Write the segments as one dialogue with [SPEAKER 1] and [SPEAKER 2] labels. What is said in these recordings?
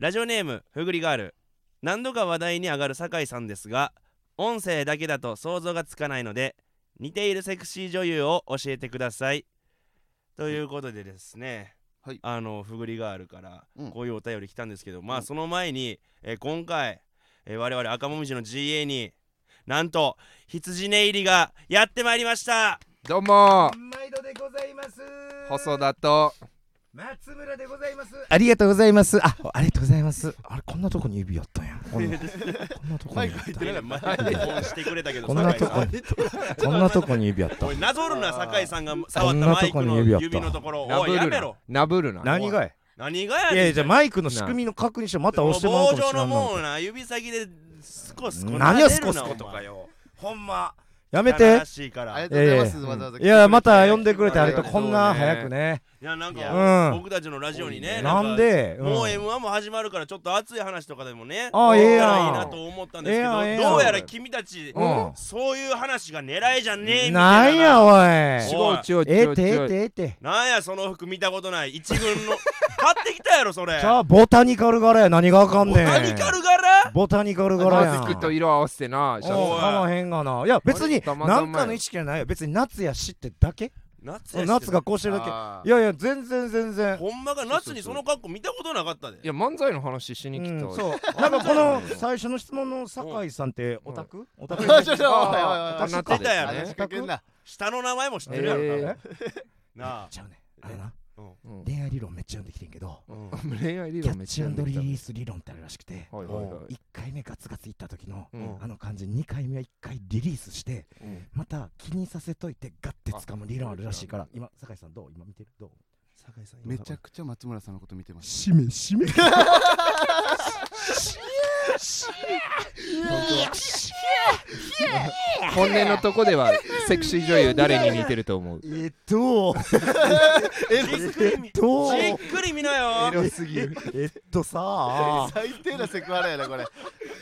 [SPEAKER 1] ラジオネームふぐりガール何度か話題に上がる酒井さんですが音声だけだと想像がつかないので似ているセクシー女優を教えてくださいということでですね、
[SPEAKER 2] はい
[SPEAKER 1] あのふぐりガールから
[SPEAKER 2] うん
[SPEAKER 1] こういうお便り来たんですけど、ま
[SPEAKER 2] う
[SPEAKER 1] あ
[SPEAKER 2] ん
[SPEAKER 1] その前に、えー今回、えー我々赤もみじの GA になんと羊寝入りがやってまいりました
[SPEAKER 2] どうも
[SPEAKER 3] 毎度でございます。
[SPEAKER 2] 細田と
[SPEAKER 3] 松村でございます。
[SPEAKER 4] ありがとうございます。あ、ありがとうございます。あれ、こんなとこに指やったんや。こんなこんなと こに指やっ
[SPEAKER 1] いやマジでフォンしてくれたけど
[SPEAKER 4] こんなと
[SPEAKER 1] 酒井さ
[SPEAKER 4] こ
[SPEAKER 1] ん
[SPEAKER 4] に、こんなとこに指やった
[SPEAKER 1] お。いなぞるな酒井さんが触ったマイク
[SPEAKER 4] こん
[SPEAKER 1] の
[SPEAKER 4] なとこに指やった
[SPEAKER 1] 指のところ
[SPEAKER 2] ナ
[SPEAKER 1] おい
[SPEAKER 2] ブ
[SPEAKER 1] や
[SPEAKER 2] ル
[SPEAKER 1] め
[SPEAKER 2] な
[SPEAKER 1] ろ
[SPEAKER 2] ナブルな
[SPEAKER 4] 何がい
[SPEAKER 1] 何がやねん
[SPEAKER 4] いやいや、じゃあマイクの仕組みの確認してまた押してもらうかもしれ
[SPEAKER 1] 棒状の
[SPEAKER 4] ん
[SPEAKER 1] も
[SPEAKER 4] の
[SPEAKER 1] うな指先でスコスコ
[SPEAKER 4] 何をスコスコ
[SPEAKER 1] と
[SPEAKER 4] と
[SPEAKER 1] かよ
[SPEAKER 3] ほんま。
[SPEAKER 4] やめて
[SPEAKER 1] ら。しいか
[SPEAKER 2] あ
[SPEAKER 1] ら
[SPEAKER 2] り
[SPEAKER 1] い
[SPEAKER 2] がとうございます、
[SPEAKER 4] ええ
[SPEAKER 2] わざわざ来てく
[SPEAKER 4] い
[SPEAKER 2] れて
[SPEAKER 4] や、また呼んでくれてありがとう。こん
[SPEAKER 2] ありが
[SPEAKER 4] な
[SPEAKER 2] とう
[SPEAKER 4] 早くね。
[SPEAKER 1] やなんか
[SPEAKER 4] うん
[SPEAKER 1] 僕たちのラジオにね
[SPEAKER 4] なんで、うん
[SPEAKER 1] もう M1 も始まるからちょっと熱い話とかでもね
[SPEAKER 4] ああ
[SPEAKER 1] え
[SPEAKER 4] ええ
[SPEAKER 1] え
[SPEAKER 4] やん
[SPEAKER 1] いいなと思ったんですけど
[SPEAKER 4] ええやんええやん
[SPEAKER 1] どうやら君たち
[SPEAKER 4] うん
[SPEAKER 1] そういう話が狙いじゃねえみたい
[SPEAKER 4] なんや、お
[SPEAKER 1] お
[SPEAKER 4] い。
[SPEAKER 2] 違う違う
[SPEAKER 4] え
[SPEAKER 2] 違う違
[SPEAKER 4] ーてえー
[SPEAKER 2] う
[SPEAKER 4] てえーて。
[SPEAKER 1] なんやその服見たことない一軍の買ってきたやろそれ
[SPEAKER 4] じゃあ、ボタニカル柄や。何があかんねん。
[SPEAKER 1] ボタニカル柄
[SPEAKER 4] ボタニカル柄や
[SPEAKER 2] マ
[SPEAKER 4] ん。
[SPEAKER 2] スクと色合わせてなシャツ
[SPEAKER 1] お
[SPEAKER 4] お
[SPEAKER 1] い
[SPEAKER 4] かまへんがな。いや、別に、
[SPEAKER 2] たまたま
[SPEAKER 4] な
[SPEAKER 2] や
[SPEAKER 4] んかの意識じゃないよ。別に夏やしってだけ
[SPEAKER 1] 夏やし
[SPEAKER 4] 夏がこうしてるだけ。
[SPEAKER 2] あー
[SPEAKER 4] いやいや、全然全然。
[SPEAKER 1] ほんまか夏にその格好見たことなかったで
[SPEAKER 2] いや漫才の話しに来た
[SPEAKER 4] うん
[SPEAKER 2] わ
[SPEAKER 4] そう。なんかこの最初の質問の酒井さんってオタクオタク
[SPEAKER 3] ちょ ちょちょ、おいおい
[SPEAKER 2] あ
[SPEAKER 3] お
[SPEAKER 2] ー
[SPEAKER 3] い。
[SPEAKER 1] 知ってたやろ
[SPEAKER 3] 話しかけんな。
[SPEAKER 1] 下の名前も知ってるやろ、多分
[SPEAKER 2] え
[SPEAKER 1] なあ
[SPEAKER 4] ちゃうね。あれな、
[SPEAKER 2] ーうん
[SPEAKER 4] 恋愛理論めっちゃ読んできてんけど、
[SPEAKER 1] うん
[SPEAKER 2] 恋愛理
[SPEAKER 4] キャ
[SPEAKER 2] 論め
[SPEAKER 4] ッ
[SPEAKER 2] っち
[SPEAKER 4] チ
[SPEAKER 2] ゃ
[SPEAKER 4] アンドリリー
[SPEAKER 2] ー
[SPEAKER 4] ス理論ってあるらしくて、
[SPEAKER 2] はいはいはい
[SPEAKER 4] 1回目ガツガツいった時の、
[SPEAKER 2] うん
[SPEAKER 4] あの感じ、2回目は1回リリースして、
[SPEAKER 2] うん
[SPEAKER 4] また気にさせといてガッて掴む理論あるらしいから、今、酒井さんどう今見てるどう
[SPEAKER 1] 酒井さん
[SPEAKER 5] めちゃくちゃ松村さんのこと見てます。
[SPEAKER 4] しめしめ。
[SPEAKER 2] 本音のとこ ではセクシー女優誰に似てると思う
[SPEAKER 4] えっと、
[SPEAKER 1] じっくり見じ
[SPEAKER 4] どう
[SPEAKER 1] っくり見なよ
[SPEAKER 2] ロすぎる
[SPEAKER 4] えっとさあ。
[SPEAKER 3] 最低なセクハラやな、これ。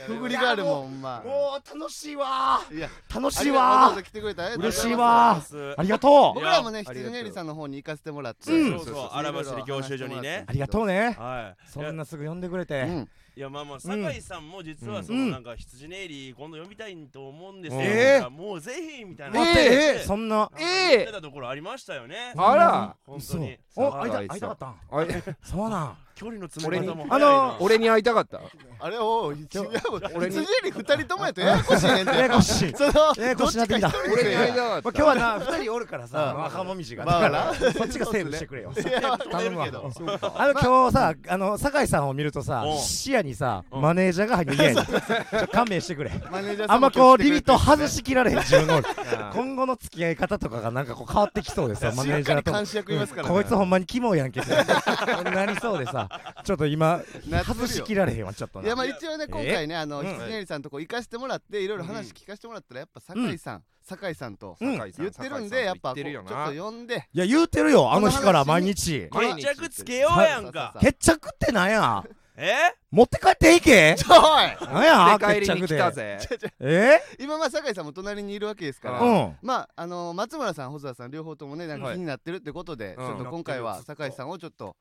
[SPEAKER 3] ふぐりがあるもん、ほんま。
[SPEAKER 4] もう楽しいわ
[SPEAKER 3] いや、
[SPEAKER 4] ー楽
[SPEAKER 3] あ
[SPEAKER 4] しい
[SPEAKER 3] りがとうわざわ
[SPEAKER 4] わ
[SPEAKER 3] ざ来てくれた。あり
[SPEAKER 4] ー
[SPEAKER 3] がとうござ
[SPEAKER 4] 嬉し
[SPEAKER 3] い
[SPEAKER 4] い
[SPEAKER 3] ま
[SPEAKER 4] わーありが
[SPEAKER 3] す
[SPEAKER 4] とう
[SPEAKER 3] 僕らもね、
[SPEAKER 2] あり
[SPEAKER 3] 羊
[SPEAKER 2] がとう
[SPEAKER 3] ねりさんの方に行かせてもらって。
[SPEAKER 1] うんそうそ
[SPEAKER 3] いろ
[SPEAKER 1] う
[SPEAKER 3] いろ
[SPEAKER 1] 荒走り教習所にね
[SPEAKER 4] ありがとうね
[SPEAKER 1] は
[SPEAKER 4] そんなすぐ呼んでくれて
[SPEAKER 5] うん
[SPEAKER 1] いいやまあまあ酒井さんも実は
[SPEAKER 2] うん
[SPEAKER 1] そのなんか羊ネイリー今度呼びたいと思うんですよ、
[SPEAKER 2] うん
[SPEAKER 1] なんかもうぜひみたいな
[SPEAKER 4] 待って
[SPEAKER 1] え
[SPEAKER 4] そんな
[SPEAKER 2] ええ
[SPEAKER 1] てたところありましたよね
[SPEAKER 2] あら
[SPEAKER 1] 本当に
[SPEAKER 4] 嘘お
[SPEAKER 1] さあ
[SPEAKER 4] 会いた
[SPEAKER 2] はい
[SPEAKER 4] 会いたかったん
[SPEAKER 2] あ
[SPEAKER 4] そうなん
[SPEAKER 1] 距離の詰め方も早いな
[SPEAKER 4] 俺にあの
[SPEAKER 2] 俺に会いたかった
[SPEAKER 3] あれ、おい、違う。
[SPEAKER 2] 俺
[SPEAKER 3] 羊
[SPEAKER 2] に
[SPEAKER 3] ねり二人ともやとややこしいねんて。
[SPEAKER 4] や やこしい
[SPEAKER 3] その、
[SPEAKER 4] ややこしなってきたまあ
[SPEAKER 2] 俺に会いたかった
[SPEAKER 4] 今日はな二人おるから
[SPEAKER 3] う
[SPEAKER 4] さ
[SPEAKER 3] ん
[SPEAKER 4] 赤もみじが
[SPEAKER 3] まあ
[SPEAKER 4] だから そっちがセーブしてくれよ
[SPEAKER 3] いや、
[SPEAKER 2] 頼むわ
[SPEAKER 3] けど
[SPEAKER 4] あの今日さあの酒井さんを見るとさ
[SPEAKER 1] うん
[SPEAKER 4] 視野にさ
[SPEAKER 1] うん
[SPEAKER 4] マネージャーが入ってきてちょ勘弁してくれ
[SPEAKER 3] マネージャーさ
[SPEAKER 4] あ
[SPEAKER 3] ん
[SPEAKER 4] ん
[SPEAKER 3] も
[SPEAKER 4] ま
[SPEAKER 3] 気を
[SPEAKER 4] こう
[SPEAKER 3] つけて
[SPEAKER 4] リ
[SPEAKER 3] く
[SPEAKER 4] ミ
[SPEAKER 3] れ
[SPEAKER 4] ッ
[SPEAKER 3] て
[SPEAKER 4] ト外しきられへん自分の
[SPEAKER 2] あ
[SPEAKER 4] 今後の付き合い方とかがなんかこう変わってきそうでさマネージャーとも
[SPEAKER 3] 監視役いますからね
[SPEAKER 4] こいつほんまにキモやんけってなりそうでさちょっと今
[SPEAKER 3] なってるよ
[SPEAKER 4] 外しきられへんわちょっと
[SPEAKER 3] いや
[SPEAKER 4] な
[SPEAKER 3] まあ一応ね今回ねあの
[SPEAKER 4] うん
[SPEAKER 3] ひつねりさんとこ行かしてもらっていろいろ話聞かしてもらったらやっぱ酒井さん酒井さんと
[SPEAKER 4] うん
[SPEAKER 2] 酒井さ
[SPEAKER 3] 言ってるんでやっぱこ
[SPEAKER 2] 酒
[SPEAKER 3] う
[SPEAKER 2] 井
[SPEAKER 3] ちょっ
[SPEAKER 2] さんと言ってるよ
[SPEAKER 3] と呼ん で
[SPEAKER 4] いや言うてるよあの日から毎日
[SPEAKER 2] な毎日
[SPEAKER 1] 決着つけようやんか
[SPEAKER 3] さ
[SPEAKER 4] 決着ってなんや
[SPEAKER 1] え
[SPEAKER 4] 持って帰っていいけ
[SPEAKER 3] ちょお
[SPEAKER 4] なんや
[SPEAKER 2] 出帰
[SPEAKER 4] 決
[SPEAKER 2] りに
[SPEAKER 4] 着
[SPEAKER 2] 来
[SPEAKER 4] で
[SPEAKER 2] たぜ
[SPEAKER 4] え
[SPEAKER 3] い今まあ酒井さんも隣にいるわけですか
[SPEAKER 4] う
[SPEAKER 3] ら
[SPEAKER 4] ん
[SPEAKER 3] まああの松村さん細田さん両方ともねなんか
[SPEAKER 2] はい
[SPEAKER 3] 気になってるってことでち
[SPEAKER 2] うん
[SPEAKER 3] ょっと今回
[SPEAKER 1] な
[SPEAKER 3] は
[SPEAKER 1] ってる
[SPEAKER 3] 酒井さんをちょっと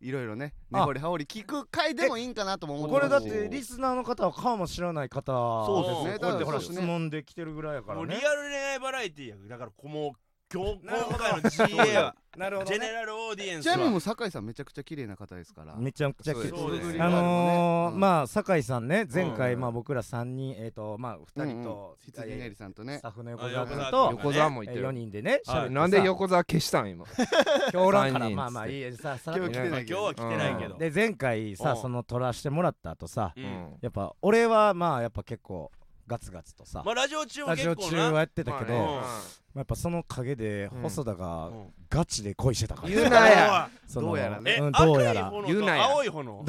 [SPEAKER 3] いろいろね
[SPEAKER 4] あ
[SPEAKER 3] 根掘り葉掘り聞く回でもいいんかなとも思
[SPEAKER 4] これ
[SPEAKER 3] ま
[SPEAKER 4] だっ
[SPEAKER 3] すして
[SPEAKER 4] リスナーの方は顔も知らない方
[SPEAKER 3] そう
[SPEAKER 1] ですね
[SPEAKER 4] こうやってほ
[SPEAKER 3] そ
[SPEAKER 4] ら
[SPEAKER 3] う
[SPEAKER 4] 質
[SPEAKER 3] ですね
[SPEAKER 4] 問で来てるぐらいやか
[SPEAKER 1] も
[SPEAKER 4] ら
[SPEAKER 1] うリア
[SPEAKER 4] ね
[SPEAKER 1] ル恋愛バラエティやだからこもう今日
[SPEAKER 4] なるほ
[SPEAKER 1] 今
[SPEAKER 4] ど
[SPEAKER 1] 回の GA は
[SPEAKER 4] なるほど
[SPEAKER 1] ジェネ
[SPEAKER 4] ね
[SPEAKER 1] ラルオーディエンス
[SPEAKER 3] ちなみにも
[SPEAKER 1] は
[SPEAKER 3] う酒井さんめちゃくちゃ綺麗な方ですから
[SPEAKER 4] めちゃくちゃ
[SPEAKER 2] そう
[SPEAKER 4] 聞
[SPEAKER 2] で
[SPEAKER 4] い
[SPEAKER 2] す
[SPEAKER 4] て
[SPEAKER 1] そうです
[SPEAKER 4] あのー
[SPEAKER 3] うん
[SPEAKER 4] まあ酒井さんね前
[SPEAKER 2] う
[SPEAKER 4] 回
[SPEAKER 2] ん
[SPEAKER 4] まあ僕ら3人えっとまあ2人と
[SPEAKER 3] ひつねりさんとね
[SPEAKER 4] スタッフの
[SPEAKER 1] あ
[SPEAKER 4] 横澤
[SPEAKER 1] 横
[SPEAKER 4] 君
[SPEAKER 1] 澤
[SPEAKER 4] と
[SPEAKER 1] 君
[SPEAKER 2] 横澤もいて
[SPEAKER 4] え
[SPEAKER 2] る
[SPEAKER 4] 4人でね、
[SPEAKER 1] はい
[SPEAKER 4] 喋ってさ
[SPEAKER 2] なんで横澤消したん今
[SPEAKER 4] 今日おらんか
[SPEAKER 2] 三
[SPEAKER 4] ら
[SPEAKER 2] 人
[SPEAKER 4] まあまあいいえささらっ
[SPEAKER 3] 今
[SPEAKER 4] と
[SPEAKER 3] 日来て
[SPEAKER 1] ま
[SPEAKER 3] な
[SPEAKER 1] あ
[SPEAKER 3] いけ
[SPEAKER 1] 今日
[SPEAKER 3] ど
[SPEAKER 1] は来てないけど
[SPEAKER 4] で前回
[SPEAKER 1] う
[SPEAKER 4] さ
[SPEAKER 1] ん
[SPEAKER 4] その撮らしてもらった後さ
[SPEAKER 1] うん
[SPEAKER 4] やっぱ俺はまあやっぱ結構ガツガツとさ
[SPEAKER 1] まあラジオ中も
[SPEAKER 4] ラジ
[SPEAKER 1] 結
[SPEAKER 4] オ
[SPEAKER 1] 構
[SPEAKER 4] 中
[SPEAKER 1] な
[SPEAKER 4] はやってたけど、
[SPEAKER 1] まあ
[SPEAKER 4] ま
[SPEAKER 1] ね
[SPEAKER 4] あやっぱその陰で
[SPEAKER 2] うん
[SPEAKER 4] 細田が
[SPEAKER 1] うん
[SPEAKER 4] ガチで恋してたから、
[SPEAKER 2] 言うなや
[SPEAKER 4] その
[SPEAKER 3] どうやらね
[SPEAKER 1] え、
[SPEAKER 4] うん
[SPEAKER 1] 赤
[SPEAKER 4] どう
[SPEAKER 1] い
[SPEAKER 4] やら
[SPEAKER 1] 炎
[SPEAKER 2] 言う
[SPEAKER 1] と
[SPEAKER 2] なや
[SPEAKER 1] 青い 炎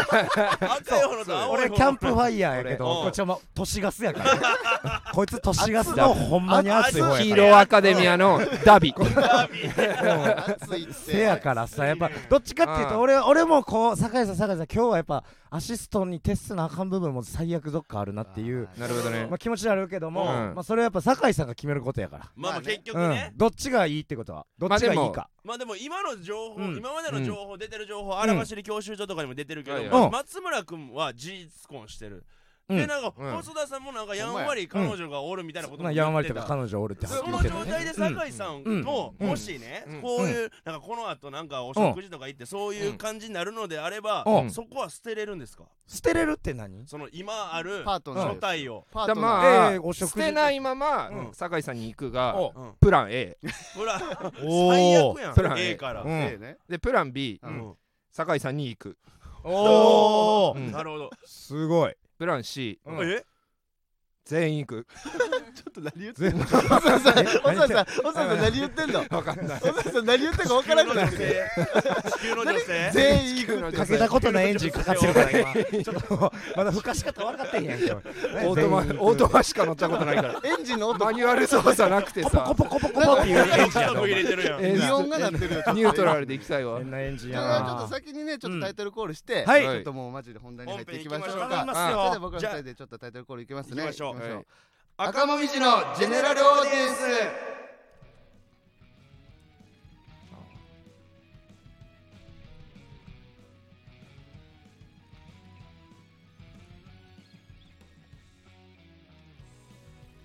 [SPEAKER 1] 赤い炎と青い炎
[SPEAKER 4] 俺キャンプファイヤーやけど
[SPEAKER 1] 俺
[SPEAKER 4] こっちはもう都市ガスやからこいつ都市ガスのほんまに熱い方
[SPEAKER 2] ヒ
[SPEAKER 4] や
[SPEAKER 2] ー
[SPEAKER 4] か
[SPEAKER 2] ローアカデミアのダビ
[SPEAKER 1] ダービー
[SPEAKER 4] らうん
[SPEAKER 3] 熱 いって
[SPEAKER 4] せやからさやっぱどっちかっていう
[SPEAKER 2] う
[SPEAKER 4] と
[SPEAKER 2] ん
[SPEAKER 4] 俺俺もこう酒井さん酒井さん今日はやっぱアシストに徹すなあかん部分も最悪どっかあるなっていう
[SPEAKER 3] あー
[SPEAKER 2] なるほどね
[SPEAKER 4] まあ気持ちはあるけども、
[SPEAKER 2] うん
[SPEAKER 4] まあそれはやっぱ酒井さんが決めることやから
[SPEAKER 1] まあま
[SPEAKER 5] ま
[SPEAKER 1] あ
[SPEAKER 5] あね
[SPEAKER 1] 結局
[SPEAKER 4] う
[SPEAKER 1] ね
[SPEAKER 4] ん、どっちがいいってことはどっちがいいか、
[SPEAKER 1] まあでも今の情報、
[SPEAKER 4] うん
[SPEAKER 1] 今までの情報、出てる情報荒走り教習所とかにも出てるけど、
[SPEAKER 2] はい
[SPEAKER 4] はい
[SPEAKER 1] うん松村君は事実婚してる、
[SPEAKER 4] うん
[SPEAKER 1] でなんか
[SPEAKER 2] うん
[SPEAKER 1] 細田さんもなんかやんわり彼女がおるみたいなことも
[SPEAKER 4] まあ、
[SPEAKER 1] 言
[SPEAKER 4] やんわ
[SPEAKER 1] っ
[SPEAKER 4] り
[SPEAKER 1] て
[SPEAKER 4] と
[SPEAKER 1] た、
[SPEAKER 4] か彼女おるって
[SPEAKER 1] そ
[SPEAKER 4] 言っ
[SPEAKER 1] の
[SPEAKER 4] て
[SPEAKER 1] 状
[SPEAKER 4] たよね
[SPEAKER 1] 態で酒井さん
[SPEAKER 4] うん
[SPEAKER 1] も、
[SPEAKER 4] うん
[SPEAKER 1] もしね、
[SPEAKER 2] うん
[SPEAKER 1] こういう、なんかこの後なんかお食事とか行ってそういう感じになるのであれば、
[SPEAKER 4] うん
[SPEAKER 1] そこは捨てれるんですか
[SPEAKER 4] 捨てれるって何
[SPEAKER 1] その今ある
[SPEAKER 5] パートナー
[SPEAKER 1] 所帯を、
[SPEAKER 5] パー
[SPEAKER 2] じゃ
[SPEAKER 5] ト
[SPEAKER 2] あ
[SPEAKER 5] ナー
[SPEAKER 2] まあ、
[SPEAKER 4] ええお食
[SPEAKER 2] 捨
[SPEAKER 4] 事
[SPEAKER 2] てないまま、
[SPEAKER 4] うん
[SPEAKER 2] 酒井さんに行くが
[SPEAKER 4] お
[SPEAKER 1] うん、
[SPEAKER 2] プラン A
[SPEAKER 1] ほら
[SPEAKER 4] お
[SPEAKER 1] 最
[SPEAKER 4] ー
[SPEAKER 1] 悪やん
[SPEAKER 2] そら
[SPEAKER 1] A から、
[SPEAKER 4] うん
[SPEAKER 5] ええね
[SPEAKER 2] でプラン B
[SPEAKER 5] うん
[SPEAKER 1] うん
[SPEAKER 2] 酒井さんに行く
[SPEAKER 4] おお、
[SPEAKER 2] うん
[SPEAKER 1] なるほど、
[SPEAKER 4] すごい、
[SPEAKER 2] プラン C
[SPEAKER 4] うん
[SPEAKER 1] え
[SPEAKER 2] 全員行く
[SPEAKER 5] ちょっと何言って
[SPEAKER 4] 全部
[SPEAKER 5] おさんさん、お
[SPEAKER 4] 何言
[SPEAKER 5] さ
[SPEAKER 4] っ
[SPEAKER 5] ん
[SPEAKER 4] て
[SPEAKER 5] さん、おさんさん何言ってんの
[SPEAKER 4] わかんない
[SPEAKER 5] おさんさん何言ってんか分
[SPEAKER 1] 地球
[SPEAKER 5] から
[SPEAKER 1] の
[SPEAKER 5] な
[SPEAKER 1] 女
[SPEAKER 5] くなってる
[SPEAKER 1] 性地球の女性
[SPEAKER 5] 全員行くって
[SPEAKER 4] かけたことないエンジンかかってる から今ちょっとまだふかし方分かってへんやんけ
[SPEAKER 2] オ
[SPEAKER 4] おい
[SPEAKER 2] ートマ
[SPEAKER 4] 全員
[SPEAKER 2] オートマしか乗ったことないから
[SPEAKER 5] エンジンの音
[SPEAKER 2] マニュアル操作なくてさ
[SPEAKER 4] コポコポコポコポっていうエンジンや
[SPEAKER 1] 家族入れてるやん
[SPEAKER 2] え
[SPEAKER 5] 異音が鳴ってるよ
[SPEAKER 2] ニュートラルで行きたいわ
[SPEAKER 4] 変なエンジン
[SPEAKER 5] じ
[SPEAKER 4] や
[SPEAKER 5] ゃあちょっと
[SPEAKER 4] な
[SPEAKER 5] 先にねちょっとタイトルコールして、
[SPEAKER 4] はい
[SPEAKER 5] ちょっともうマジで本題に入っていきましょう
[SPEAKER 1] 本編行きま
[SPEAKER 5] か
[SPEAKER 1] しょう
[SPEAKER 5] それでは僕ら
[SPEAKER 1] じ
[SPEAKER 5] 二
[SPEAKER 1] ゃあ
[SPEAKER 5] 人でちょっとタイトルコールいきますね
[SPEAKER 1] 行きましょう
[SPEAKER 2] はい
[SPEAKER 5] 赤もみじのジェネラルオーディエンス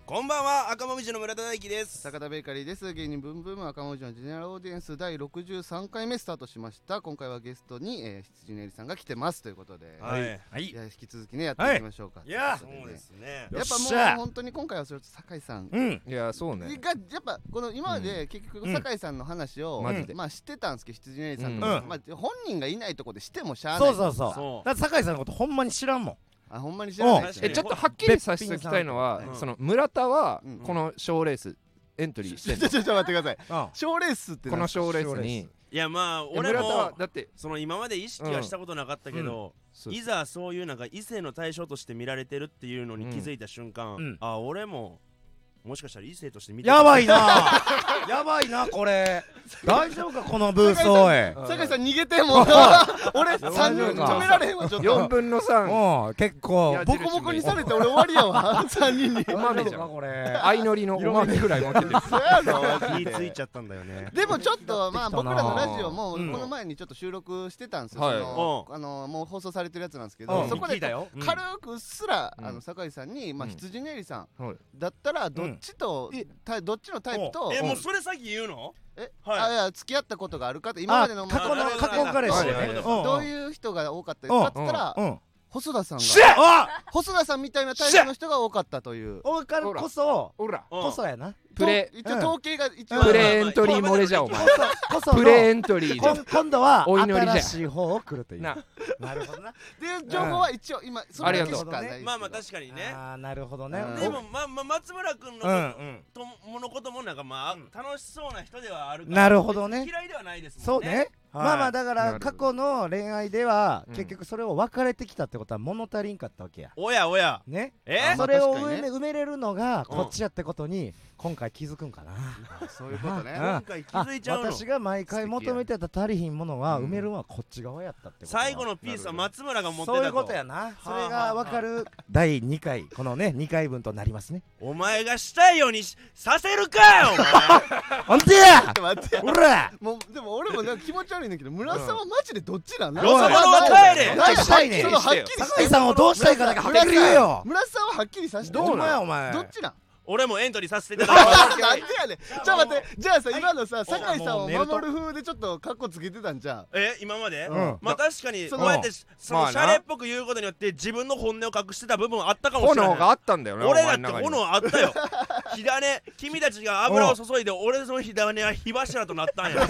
[SPEAKER 1] こんばんは赤もみじの村田大樹です
[SPEAKER 5] 坂田ベーカリーです芸人ブンブーム赤もみじのジェネラルオーディエンス第63回目スタートしました今回はゲストに、えー、羊のえりさんが来てますということで、
[SPEAKER 1] はい
[SPEAKER 4] はい
[SPEAKER 5] いや引き続きねやっていきましょうか、
[SPEAKER 1] いやそ
[SPEAKER 5] ということ
[SPEAKER 1] う
[SPEAKER 5] で
[SPEAKER 1] で
[SPEAKER 5] ね
[SPEAKER 1] すね
[SPEAKER 4] よ
[SPEAKER 5] や
[SPEAKER 4] っ
[SPEAKER 5] っぱも
[SPEAKER 4] しゃ
[SPEAKER 5] う本当に今回はそれと酒井さん
[SPEAKER 4] うん
[SPEAKER 2] いやそうね
[SPEAKER 5] がやっぱこの今まで結局
[SPEAKER 4] うん
[SPEAKER 5] 酒井さんの話を、
[SPEAKER 2] マジで
[SPEAKER 5] まあ知ってたんですけど羊のエリさんと
[SPEAKER 4] うん
[SPEAKER 5] か、
[SPEAKER 4] うん
[SPEAKER 5] まあ、本人がいないとこでしてもしゃあない
[SPEAKER 4] そうそうそう
[SPEAKER 1] そ
[SPEAKER 4] だって酒井さんのことほんまに知らんもん
[SPEAKER 5] あほんまに知らない
[SPEAKER 1] うん
[SPEAKER 2] えちょっとはっきりさせておきたいのは
[SPEAKER 1] 別品さんとかね
[SPEAKER 2] その村田は
[SPEAKER 5] うん
[SPEAKER 2] この賞レースエントリーし
[SPEAKER 5] ち
[SPEAKER 2] て
[SPEAKER 5] ょ
[SPEAKER 2] ん
[SPEAKER 5] ち
[SPEAKER 2] の
[SPEAKER 5] ょちょっと待ってくださ
[SPEAKER 4] う
[SPEAKER 5] い
[SPEAKER 4] ん
[SPEAKER 5] 賞レースって
[SPEAKER 2] こ
[SPEAKER 5] な
[SPEAKER 2] の賞レースに
[SPEAKER 1] いやまあ
[SPEAKER 2] いや
[SPEAKER 1] 俺
[SPEAKER 2] 村田は
[SPEAKER 1] も
[SPEAKER 2] だって
[SPEAKER 1] その今まで意識はしたことなかったけど、
[SPEAKER 2] そう
[SPEAKER 1] いざそういうなんか異性の対象として見られてるっていうのに気づいた瞬間、
[SPEAKER 4] うん
[SPEAKER 1] あ俺ももしかしたら異性として見て
[SPEAKER 4] やばいな やばいなこれ大丈夫かこのブースおい
[SPEAKER 5] 酒井さん逃げてもう俺三人止められへんわちょっ
[SPEAKER 2] 4
[SPEAKER 5] と
[SPEAKER 2] 分の3
[SPEAKER 4] うん結構
[SPEAKER 2] い
[SPEAKER 5] ボコボコにされて俺終わりやわ三人に
[SPEAKER 2] お
[SPEAKER 4] 大
[SPEAKER 2] 豆
[SPEAKER 4] 丈
[SPEAKER 2] じ
[SPEAKER 4] 夫
[SPEAKER 2] ゃ
[SPEAKER 4] か
[SPEAKER 2] ん
[SPEAKER 4] これ
[SPEAKER 2] 相乗りのお豆ぐらい持ってる
[SPEAKER 5] そうやろマ
[SPEAKER 1] 気
[SPEAKER 5] ジ
[SPEAKER 1] につい
[SPEAKER 5] で
[SPEAKER 1] ちゃったんだよね
[SPEAKER 5] でもちょっとまあ僕らのラジオもこ
[SPEAKER 4] うん
[SPEAKER 5] の前にちょっと収録してたんですよ、
[SPEAKER 2] はい
[SPEAKER 5] そのあのもう放送されてるやつなんですけど、
[SPEAKER 4] うん
[SPEAKER 5] そこで
[SPEAKER 4] 聞いたようん
[SPEAKER 5] 軽くうっすら、
[SPEAKER 2] うん
[SPEAKER 5] あの酒井さんに、まあ、
[SPEAKER 2] うん
[SPEAKER 5] 羊ねりさん
[SPEAKER 2] はい
[SPEAKER 5] だったらどっちと、
[SPEAKER 4] うん
[SPEAKER 5] たどっちのタイプと
[SPEAKER 1] えもう
[SPEAKER 5] うん
[SPEAKER 1] それ先言うの
[SPEAKER 5] え
[SPEAKER 1] はい
[SPEAKER 5] あいや付き合ったことがあるかって今までの
[SPEAKER 4] 過去の
[SPEAKER 1] あ
[SPEAKER 4] 過去彼氏ね
[SPEAKER 1] あ
[SPEAKER 5] どう
[SPEAKER 4] う
[SPEAKER 5] いう人が多かったですかって言ったら、
[SPEAKER 4] んうん
[SPEAKER 5] 細田さんが
[SPEAKER 4] しゃ
[SPEAKER 5] 細田さんみたいなタイプの人が多かったという
[SPEAKER 4] おからこそ
[SPEAKER 2] ほら
[SPEAKER 1] うん
[SPEAKER 4] こそやな
[SPEAKER 2] プレ
[SPEAKER 5] と一応統計が一応
[SPEAKER 4] うん
[SPEAKER 2] プレエントリー漏れじゃお
[SPEAKER 4] こ
[SPEAKER 2] 前
[SPEAKER 4] そこその
[SPEAKER 2] プレエントリー
[SPEAKER 4] こ
[SPEAKER 2] で
[SPEAKER 4] ん今度は
[SPEAKER 2] お祈りじゃ
[SPEAKER 4] 新しい方を来るという
[SPEAKER 2] な
[SPEAKER 4] なるほどな
[SPEAKER 5] で情報は一応今それだけしかないですけど
[SPEAKER 1] まあまあ確かにね
[SPEAKER 4] あーなるほどね
[SPEAKER 5] うん
[SPEAKER 1] でもまあまあ松村君の
[SPEAKER 4] う
[SPEAKER 1] こ
[SPEAKER 4] んう
[SPEAKER 1] と
[SPEAKER 4] ん
[SPEAKER 1] とものこともなんかまあ、楽しそうな人ではあるから
[SPEAKER 4] なるほどね
[SPEAKER 1] 嫌いではないです
[SPEAKER 4] そ
[SPEAKER 1] も
[SPEAKER 4] うん
[SPEAKER 1] ね
[SPEAKER 4] ねまあまあだか
[SPEAKER 2] なる
[SPEAKER 4] ら
[SPEAKER 2] ほ
[SPEAKER 4] 過
[SPEAKER 2] ど
[SPEAKER 4] 去の恋愛では
[SPEAKER 2] うん
[SPEAKER 4] 結局それを別れてきたってことは物足りんかったわけや
[SPEAKER 1] おやおや
[SPEAKER 4] ね
[SPEAKER 1] え
[SPEAKER 5] ま
[SPEAKER 4] そ
[SPEAKER 5] あ
[SPEAKER 4] れを
[SPEAKER 5] 確か
[SPEAKER 4] 埋
[SPEAKER 5] に
[SPEAKER 4] め
[SPEAKER 5] ね
[SPEAKER 4] 埋めれるのが
[SPEAKER 1] うん
[SPEAKER 4] こっちやってことに今回気づくんかな
[SPEAKER 5] あそういうことね
[SPEAKER 1] 今
[SPEAKER 4] あ
[SPEAKER 1] 回気づいちゃうの
[SPEAKER 4] 私が毎回求めてた足りひんものは埋めるのはこっち側やったってことだ
[SPEAKER 1] 最後のピースは松村が持ってたと
[SPEAKER 4] そういうことやなそれが分かる第2回このね2回分となりますね
[SPEAKER 1] お前がしたいようにしさせるかよお前
[SPEAKER 4] ほんとや
[SPEAKER 5] ちょっと待って
[SPEAKER 4] ほら
[SPEAKER 5] もうでも俺もなんか気持ち悪いんだけど村さんはマジでどっちなん
[SPEAKER 1] よそ者は帰れ
[SPEAKER 4] なんかしたいね
[SPEAKER 5] そのはっきりして
[SPEAKER 4] 酒井さんをどうしたいかだけはっきり言えよ
[SPEAKER 5] 村さんははっきりさせて
[SPEAKER 4] どうなんや
[SPEAKER 5] や
[SPEAKER 4] お前
[SPEAKER 5] どっちなん
[SPEAKER 1] 俺もエントリーさせていただきます
[SPEAKER 5] なんでやねんちょっと待ってじゃあさ今のさ酒井さんを
[SPEAKER 4] もう
[SPEAKER 5] 守る風でちょっとカッコつけてたんじゃん
[SPEAKER 1] え今まで、
[SPEAKER 4] うん
[SPEAKER 1] まあ確かに
[SPEAKER 4] そ
[SPEAKER 1] こ
[SPEAKER 4] の
[SPEAKER 1] うやってしそ
[SPEAKER 2] ま
[SPEAKER 1] の
[SPEAKER 2] あ
[SPEAKER 1] シ
[SPEAKER 2] な
[SPEAKER 1] ャレっぽく言うことによって自分の本音を隠してた部分はあったかもしれない
[SPEAKER 2] 炎があったんだよねお
[SPEAKER 1] 俺だ
[SPEAKER 2] 前
[SPEAKER 1] っ
[SPEAKER 2] の
[SPEAKER 1] て
[SPEAKER 2] 中に
[SPEAKER 1] 炎あったよ火種君たちが油を注いで俺の火種は火柱となったんや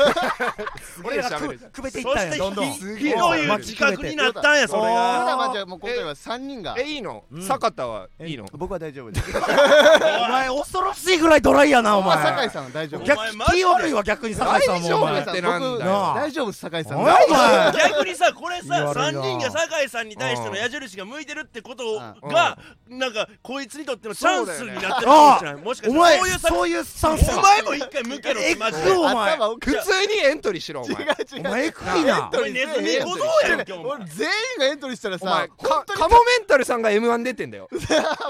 [SPEAKER 4] 俺らが
[SPEAKER 2] 喋
[SPEAKER 4] く
[SPEAKER 2] る
[SPEAKER 4] くべて
[SPEAKER 1] そ
[SPEAKER 4] いった
[SPEAKER 1] し
[SPEAKER 4] んや
[SPEAKER 1] て
[SPEAKER 4] どんどん
[SPEAKER 1] 火
[SPEAKER 2] すげえ
[SPEAKER 1] という自覚になったんやそれ
[SPEAKER 5] た
[SPEAKER 1] が
[SPEAKER 5] だまあじゃあもう今回は3人が
[SPEAKER 2] えいいの
[SPEAKER 4] うん
[SPEAKER 2] 坂田はいいの
[SPEAKER 5] 僕は大丈夫です
[SPEAKER 4] お前恐ろしいぐらいドライやなお
[SPEAKER 5] まあ酒
[SPEAKER 4] 前
[SPEAKER 5] 井さんは大丈夫
[SPEAKER 1] お前
[SPEAKER 4] 逆
[SPEAKER 1] マジで
[SPEAKER 4] 気悪いわ逆に酒井さんも
[SPEAKER 2] 大
[SPEAKER 4] お前
[SPEAKER 2] 丈夫やってなんだよ
[SPEAKER 5] 僕
[SPEAKER 4] なあ
[SPEAKER 5] 大丈夫です酒井さん
[SPEAKER 4] お前お前
[SPEAKER 1] 逆にさこれ
[SPEAKER 4] いや
[SPEAKER 1] さ
[SPEAKER 4] 悪い
[SPEAKER 1] 3
[SPEAKER 4] な
[SPEAKER 1] 人が酒井さんに対しての矢印が向いてるってことを
[SPEAKER 5] う
[SPEAKER 1] がなんかこいつにとってのチャンスになってるかもしれないもしかしたら
[SPEAKER 4] お前
[SPEAKER 1] そういうさ
[SPEAKER 4] そういうスタンス
[SPEAKER 1] お前も一回向けろ
[SPEAKER 4] え
[SPEAKER 1] マジ
[SPEAKER 4] え
[SPEAKER 1] で
[SPEAKER 4] お前
[SPEAKER 5] 頭お
[SPEAKER 2] 普
[SPEAKER 5] かしい
[SPEAKER 2] 通にエントリーしろお前
[SPEAKER 5] 違う違う
[SPEAKER 4] お前えくいな
[SPEAKER 1] お前ネズミ小僧やんけお前
[SPEAKER 5] 俺全員がエントリーしたら
[SPEAKER 2] お前
[SPEAKER 5] さ本当
[SPEAKER 2] カモメンタルさんが M1 出てんだ よ